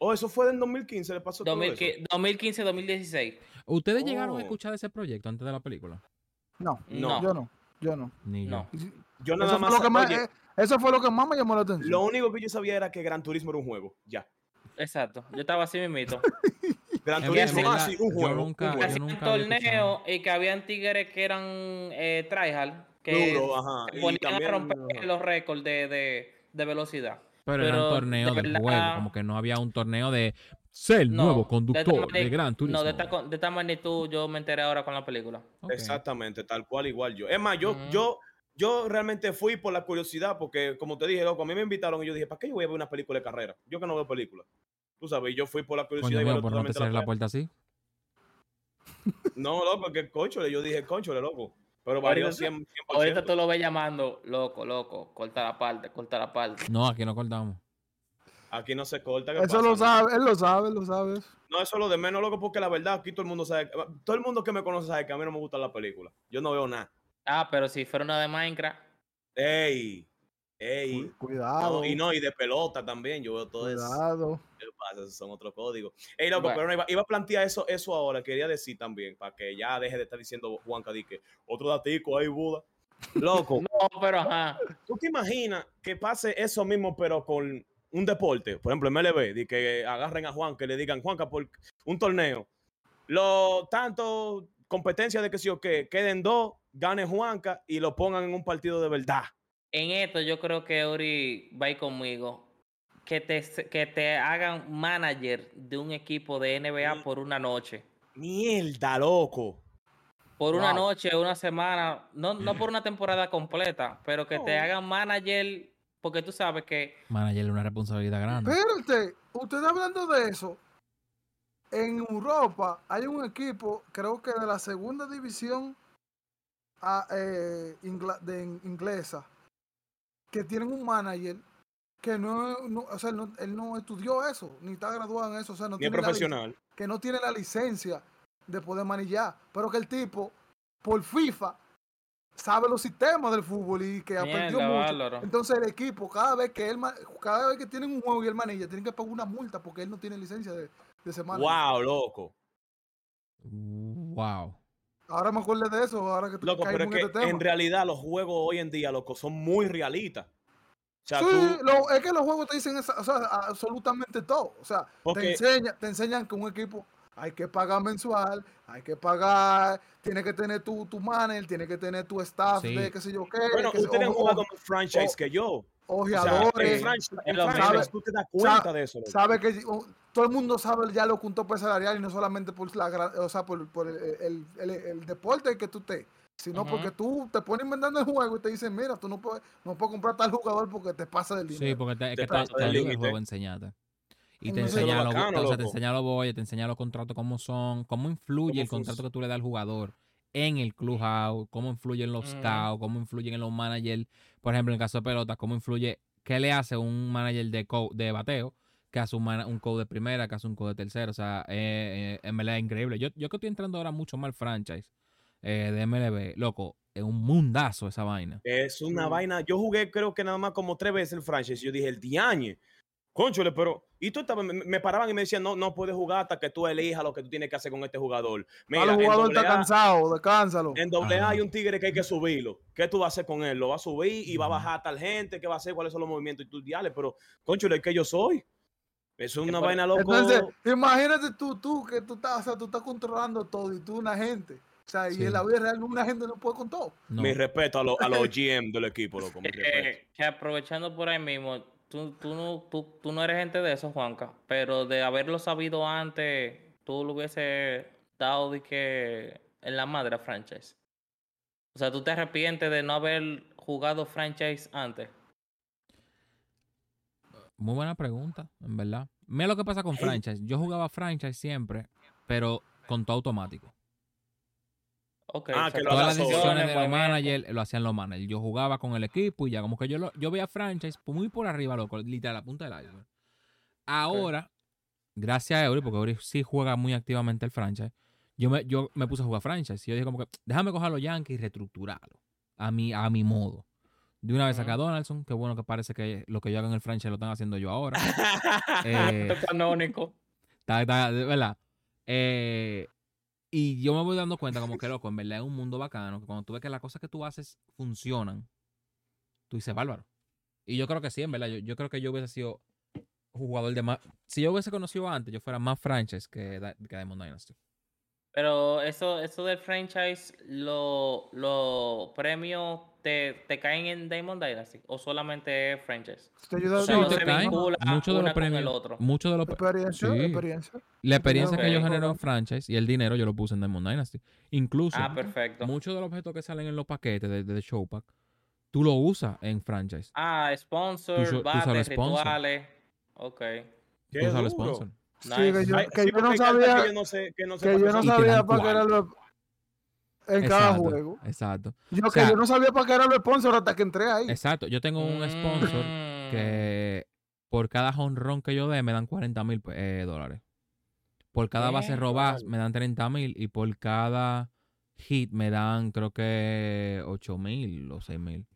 Oh, eso fue del 2015, le pasó todo 2015, 2015, 2016. ¿Ustedes llegaron a Oh. escuchar ese proyecto antes de la película? No, No. yo no, yo no. Ni yo. No. eso. Yo nada Eso fue, más. lo que más, oye, eh, eso fue lo que más me llamó la atención. lo único que yo sabía era que Gran Turismo era un juego. Ya. Exacto. Yo estaba así mismito. Gran En Turismo, verdad, ah, sí, un yo juego. nunca- un yo juego. Hacían un Pues nunca había torneo y que habían tigres que eran eh, tryhard. Que Duro, ajá. se Y ponían también- a romper los récords de, de, de velocidad. Pero, era Pero, un torneo de del verdad- juego, como que no había un torneo de ser el No, de nuevo esta conductor de, mani- Gran Turismo. No, de esta, co- de esta magnitud yo me enteré ahora con la película. Ok. Exactamente, tal cual, igual yo. Es más, yo, Ujú. yo, yo realmente fui por la curiosidad, porque como te dije, loco, a mí me invitaron y yo dije, ¿para qué yo voy a ver una película de carrera? Yo que no veo películas. Tú sabes, y yo fui por la curiosidad Coño, y mío, ver por no te totalmente la cerré la carrera. puerta así. No, loco, que conchole, yo dije, conchole, loco. Pero Ahorita valió tú- 100%. Ahorita tú lo ves llamando, loco, loco, corta la parte, corta la parte. No, aquí no cortamos. Aquí no se corta. ¿qué eso pasa, lo no? sabe, él lo sabe, él lo sabe. No, eso es lo de menos, loco, porque la verdad, aquí todo el mundo sabe. Todo el mundo que me conoce sabe que a mí no me gusta la película. Yo no veo nada. Ah, pero si fuera una de Minecraft, ey, ey. Cu- Cuidado. No, y no, y de pelota también. Yo veo todo eso. Cuidado. ¿Qué pasa? Esos son otros códigos. Ey, loco, Bueno. pero no, iba, iba a plantear eso, eso ahora. Quería decir también, para que ya deje de estar diciendo Juan Cadique, otro datico ahí, Buda. Loco, no, pero ajá. ¿tú te imaginas que pase eso mismo, pero con un deporte? Por ejemplo, MLB, de que agarren a Juan, que le digan, Juanca, por un torneo. Lo tanto competencia de que sí o que queden dos, gane Juanca y lo pongan en un partido de verdad. En esto yo creo que Ori va a ir conmigo. que te, que te hagan manager de un equipo de NBA por una noche. Mierda, loco. Por una noche, una semana, no, no por una temporada completa, pero que te hagan manager, porque tú sabes que Manager es una responsabilidad ¿Eh? grande. Espérate, usted hablando de eso. En Europa hay un equipo, creo que de la segunda división a- eh, ingla- de in- inglesa, que tienen un manager que no, no- o sea, él no, él no estudió eso, ni está graduado en eso, o sea, no Ni es tiene la lic- profesional. que no tiene la licencia de poder manillar, pero que el tipo, por FIFA, sabe los sistemas del fútbol y que aprendió Mierda, mucho. bárbaro. Entonces el equipo, cada vez que él ma- cada vez que tienen un juego y él manilla, tienen que pagar una multa porque él no tiene licencia de, de semana. Wow, loco. Wow. Ahora me acuerdo de eso, ahora que te Loco, pero es en que este tema. en realidad los juegos hoy en día, loco, son muy realistas. O sea, Sí, tú, lo- es que los juegos te dicen esa- o sea, absolutamente todo. O sea, te, Porque- enseña, te enseñan que un equipo hay que pagar mensual, hay que pagar, tiene que tener tu, tu manager, tiene que tener tu staff Sí. de qué sé yo qué. bueno, que sé- ustedes han o- jugado o- más franchise o- que yo. O sea, en ojeadores. franchise, en es lo franchise mismo. tú te das cuenta Sabe- de eso. loco. sabe que o- todo el mundo sabe ya lo que un tope salarial y no solamente por la gra- o sea, por, por el, el- el- el deporte que tú estés, sino Ujú. porque tú te pones inventando el juego y te dicen, mira, tú no puedes, no puedes comprar tal jugador porque te pasa del dinero. Sí, porque te, es Te que te, pasa del te ayuda el límite. juego a enseñarte. Y te Eso es lo enseña, los, bacano, o sea, te loco. enseña los boyes, te enseña los contratos, cómo son, cómo influye Cómo el contrato func- que tú le das al jugador en el clubhouse, cómo influyen los Mm. Ujú. scouts, cómo influyen en los managers. Por ejemplo, en el caso de pelotas, cómo influye, qué le hace un manager de, co- de bateo que hace un, mana- un coach de primera, que hace un coach de tercera. O sea, eh, eh, en verdad es increíble. Yo, yo que estoy entrando ahora mucho más al franchise eh, de MLB, loco, es un mundazo esa vaina. Es una vaina. Yo jugué, creo que nada más como tres veces el franchise. Yo dije, el diañe. Conchole, pero. Y tú estabas- me, me paraban y me decían, no, no puedes jugar hasta que tú elijas lo que tú tienes que hacer con este jugador. Mira, Mira, en jugador está AA, cansado, descánsalo. En doble A Ajá. hay un tigre que hay que subirlo. ¿Qué tú vas a hacer con él? ¿Lo vas a subir y va a Ujú. bajar a tal gente? ¿Qué va a hacer? ¿Cuáles son los movimientos y tus diales? Pero, concho, es que yo soy. Eso es una por- vaina loco. Entonces, imagínate tú, tú, que tú estás, o sea, tú estás controlando todo y tú una gente. O sea, y Sí. en la vida real una gente no puede con todo. No. Mi respeto a, los- a los GM del equipo, loco. mi respeto. Eh, que aprovechando por ahí mismo, tú, tú no, tú, tú no eres gente de eso, Juanca, pero de haberlo sabido antes, tú lo hubiese dado de que en la madre a franchise. O sea, tú te arrepientes de no haber jugado franchise antes. Muy buena pregunta, en verdad. Mira lo que pasa con franchise. Yo jugaba franchise siempre, pero con todo automático. Ok, Ah, se que lo Todas acabaron haga las solo. decisiones de movimientos. los managers lo hacían los managers. Yo jugaba con el equipo y ya como que yo lo- yo veía franchise por- muy por arriba, loco, literal, la punta del iceberg. Ahora, gracias a Eury, porque Eury sí juega muy activamente el franchise, yo me, yo me puse a jugar franchise. Y yo dije como que, déjame coger a los Yankees y reestructurarlo a mi, a mi modo. De una vez saqué a Ujú. Donaldson, que bueno que parece que lo que yo haga en el franchise lo están haciendo yo ahora. Eh, Esto es canónico. Está, está- de ¿Verdad? Eh, y yo me voy dando cuenta como que, loco, en verdad es un mundo bacano, que cuando tú ves que las cosas que tú haces funcionan, tú dices, bárbaro. Y yo creo que sí, en verdad. Yo, yo creo que yo hubiese sido jugador de más... Si yo hubiese conocido antes, yo fuera más franchise que, Da- que Diamond Dynasty. Pero eso, eso del franchise, lo- los premios te, te caen en Diamond Dynasty o solamente es franchise. Te ayuda O Sí, sea, no te se caen vincula muchos de una los con el premios. otro. Muchos de los... pre- Experiencia, Sí. experiencia. La experiencia que yo Ok. generé en franchise y el dinero yo lo puse en Diamond Dynasty. Incluso... Ah, perfecto. Muchos de los objetos que salen en los paquetes de, de Showpack, tú lo usas en franchise. Ah, so- tú sponsor, bates, sabes sponsor. rituales. Ok. Qué Tú usas el duro. sponsor. Sí, Nice. que yo, Ay, que sí, yo no porque hay cartas sabía Que yo no sé, que no que sé para qué yo no son. Y te dan sabía para qué era cuarto. lo- en cada Exacto, juego. Exacto. Yo O que sea- yo no sabía para qué era el sponsor hasta que entré ahí. Exacto. Yo tengo un sponsor Mm. que por cada honrón que yo dé me dan 40 mil pues, eh, dólares. Por cada base Bien, robada vale. me dan 30 mil y por cada hit me dan creo que 8 mil o 6 mil.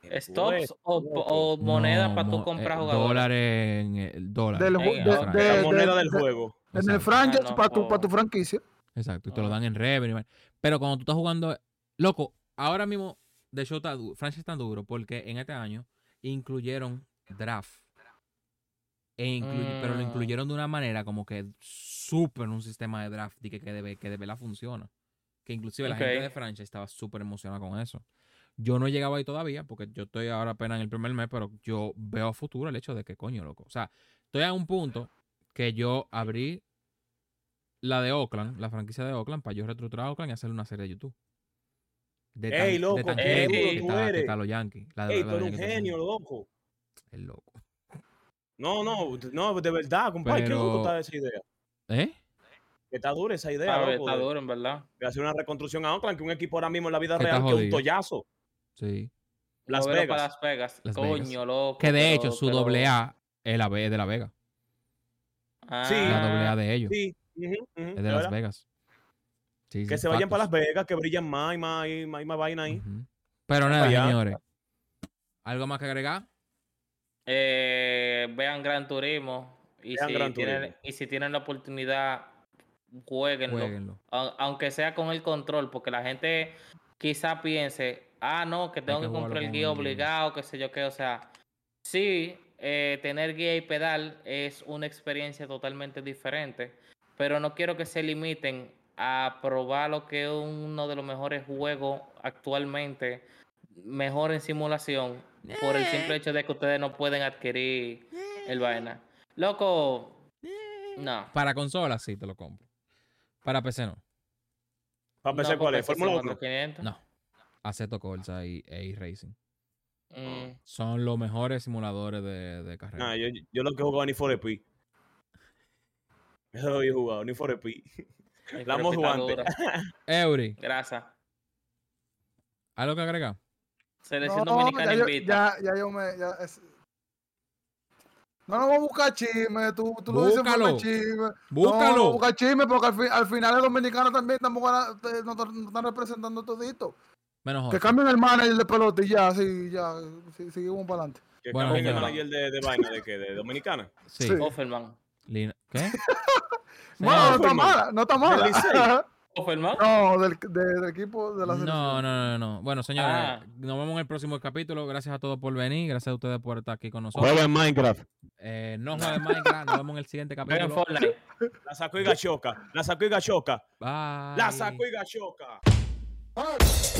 Pues, ¿Stops o, loco. o monedas para tú No, comprar eh, jugadores? Dólares en el dólar. Del ju- en de- franchise. de- La eh, moneda del de- juego. En el Exacto. franchise, Ah, no, para, tu, oh. para tu franquicia. Exacto, y te lo Ah. dan en revenue. man. Pero cuando tú estás jugando, loco, ahora mismo de show está duro, Franchise está duro porque en este año incluyeron draft. E incluy- Pero lo Mm. incluyeron de una manera como que súper un sistema de draft y que, que, de, ve- que de verdad funciona. Que inclusive la gente Ok. de franchise estaba súper emocionada con eso. Yo no llegaba ahí todavía, porque yo estoy ahora apenas en el primer mes, pero yo veo a futuro el hecho de que, coño, loco. O sea, estoy a un punto que yo abrí la de Oakland, la franquicia de Oakland, para yo reestructurar a Oakland y hacer una serie de YouTube. De tan- Ey, de loco, tan qué heavy duro que tú está- que eres. está los Yankees. La de- Ey, la tú de eres un Yankees está- genio, loco. El loco. No, no, no, de verdad, compadre, qué Pero- loco está esa idea. ¿Eh? Que está dura esa idea, Está, loco, está de- duro, en verdad. de hacer una reconstrucción a Oakland, que un equipo ahora mismo en la vida Que real está que es un jodido. tollazo. Sí. Las Las Vegas. Para Vegas. Las Vegas. Las Coño, Vegas. loco. Que de pero- hecho, su pero- doble A es la B- es de La Vega. Ah, Sí. La doble A de ellos. Sí, ujú, ujú, Es de de Las verdad. Vegas. Sí, Que sí, se vayan para Las factos. Vegas, que brillan más y más y más, y más vaina ahí. Ujú. Pero nada, allá. señores. ¿Algo más que agregar? Ah, eh, vean Gran Turismo. Y, Vean si Gran tienen, Turismo. y si tienen la oportunidad, jueguenlo. Jueguenlo. Au- Aunque sea con el control, porque la gente quizá piense, ah, no, que tengo que que, jugarlo comprar el con guía el- obligado, qué sé yo qué. O sea, sí, eh, tener guía y pedal es una experiencia totalmente diferente, pero no quiero que se limiten a probar lo que es uno de los mejores juegos actualmente, mejor en simulación, por el simple hecho de que ustedes no pueden adquirir el vaina. Loco, no. Para consola sí te lo compro. Para PC no. Para pensar no cuál es, compensa Fórmula 1. 5500. No. Aceto Corsa y, e Racing. Mm. Son los mejores simuladores de, de carrera. Nah, yo, yo lo que jugaba ni for Speed. Eso lo había jugado, ni for Speed. El La hemos jugado crepitadura. Eury, Grasa. ¿algo que agregar? Selección No, ya Dominicana yo, invita. ya- ya yo me. ya es- No, no voy a buscar chisme. Tú, tú lo dices por Búscalo. el chisme. No, no ¡Búscalo! busca chisme porque al, fi- al final los dominicanos también tampoco van a- te- no, están- no están representando todito. Menos Que José. cambien el manager de pelota y ya, sí, ya, sí, seguimos para adelante. Que Bueno, cambien el señora. manager de, de vaina de que de Dominicana. Sí. sí. Offerman. Lin- ¿Qué? Bueno, no Señor, está Fulman. mala, no está Del Licey. mala. Offerman. no, del, de- del equipo de la No, no, selección. no, no. Bueno, señores, Ah. nos vemos en el próximo capítulo. Gracias a todos por venir. Gracias a ustedes por estar aquí con nosotros. Juega en Minecraft. Eh, no jueguen Minecraft. Nos vemos en el siguiente Juega en capítulo. Fortnite. La sacó y gachoca. La sacó y gachoca. Bye. La sacó y gachoca. Ah.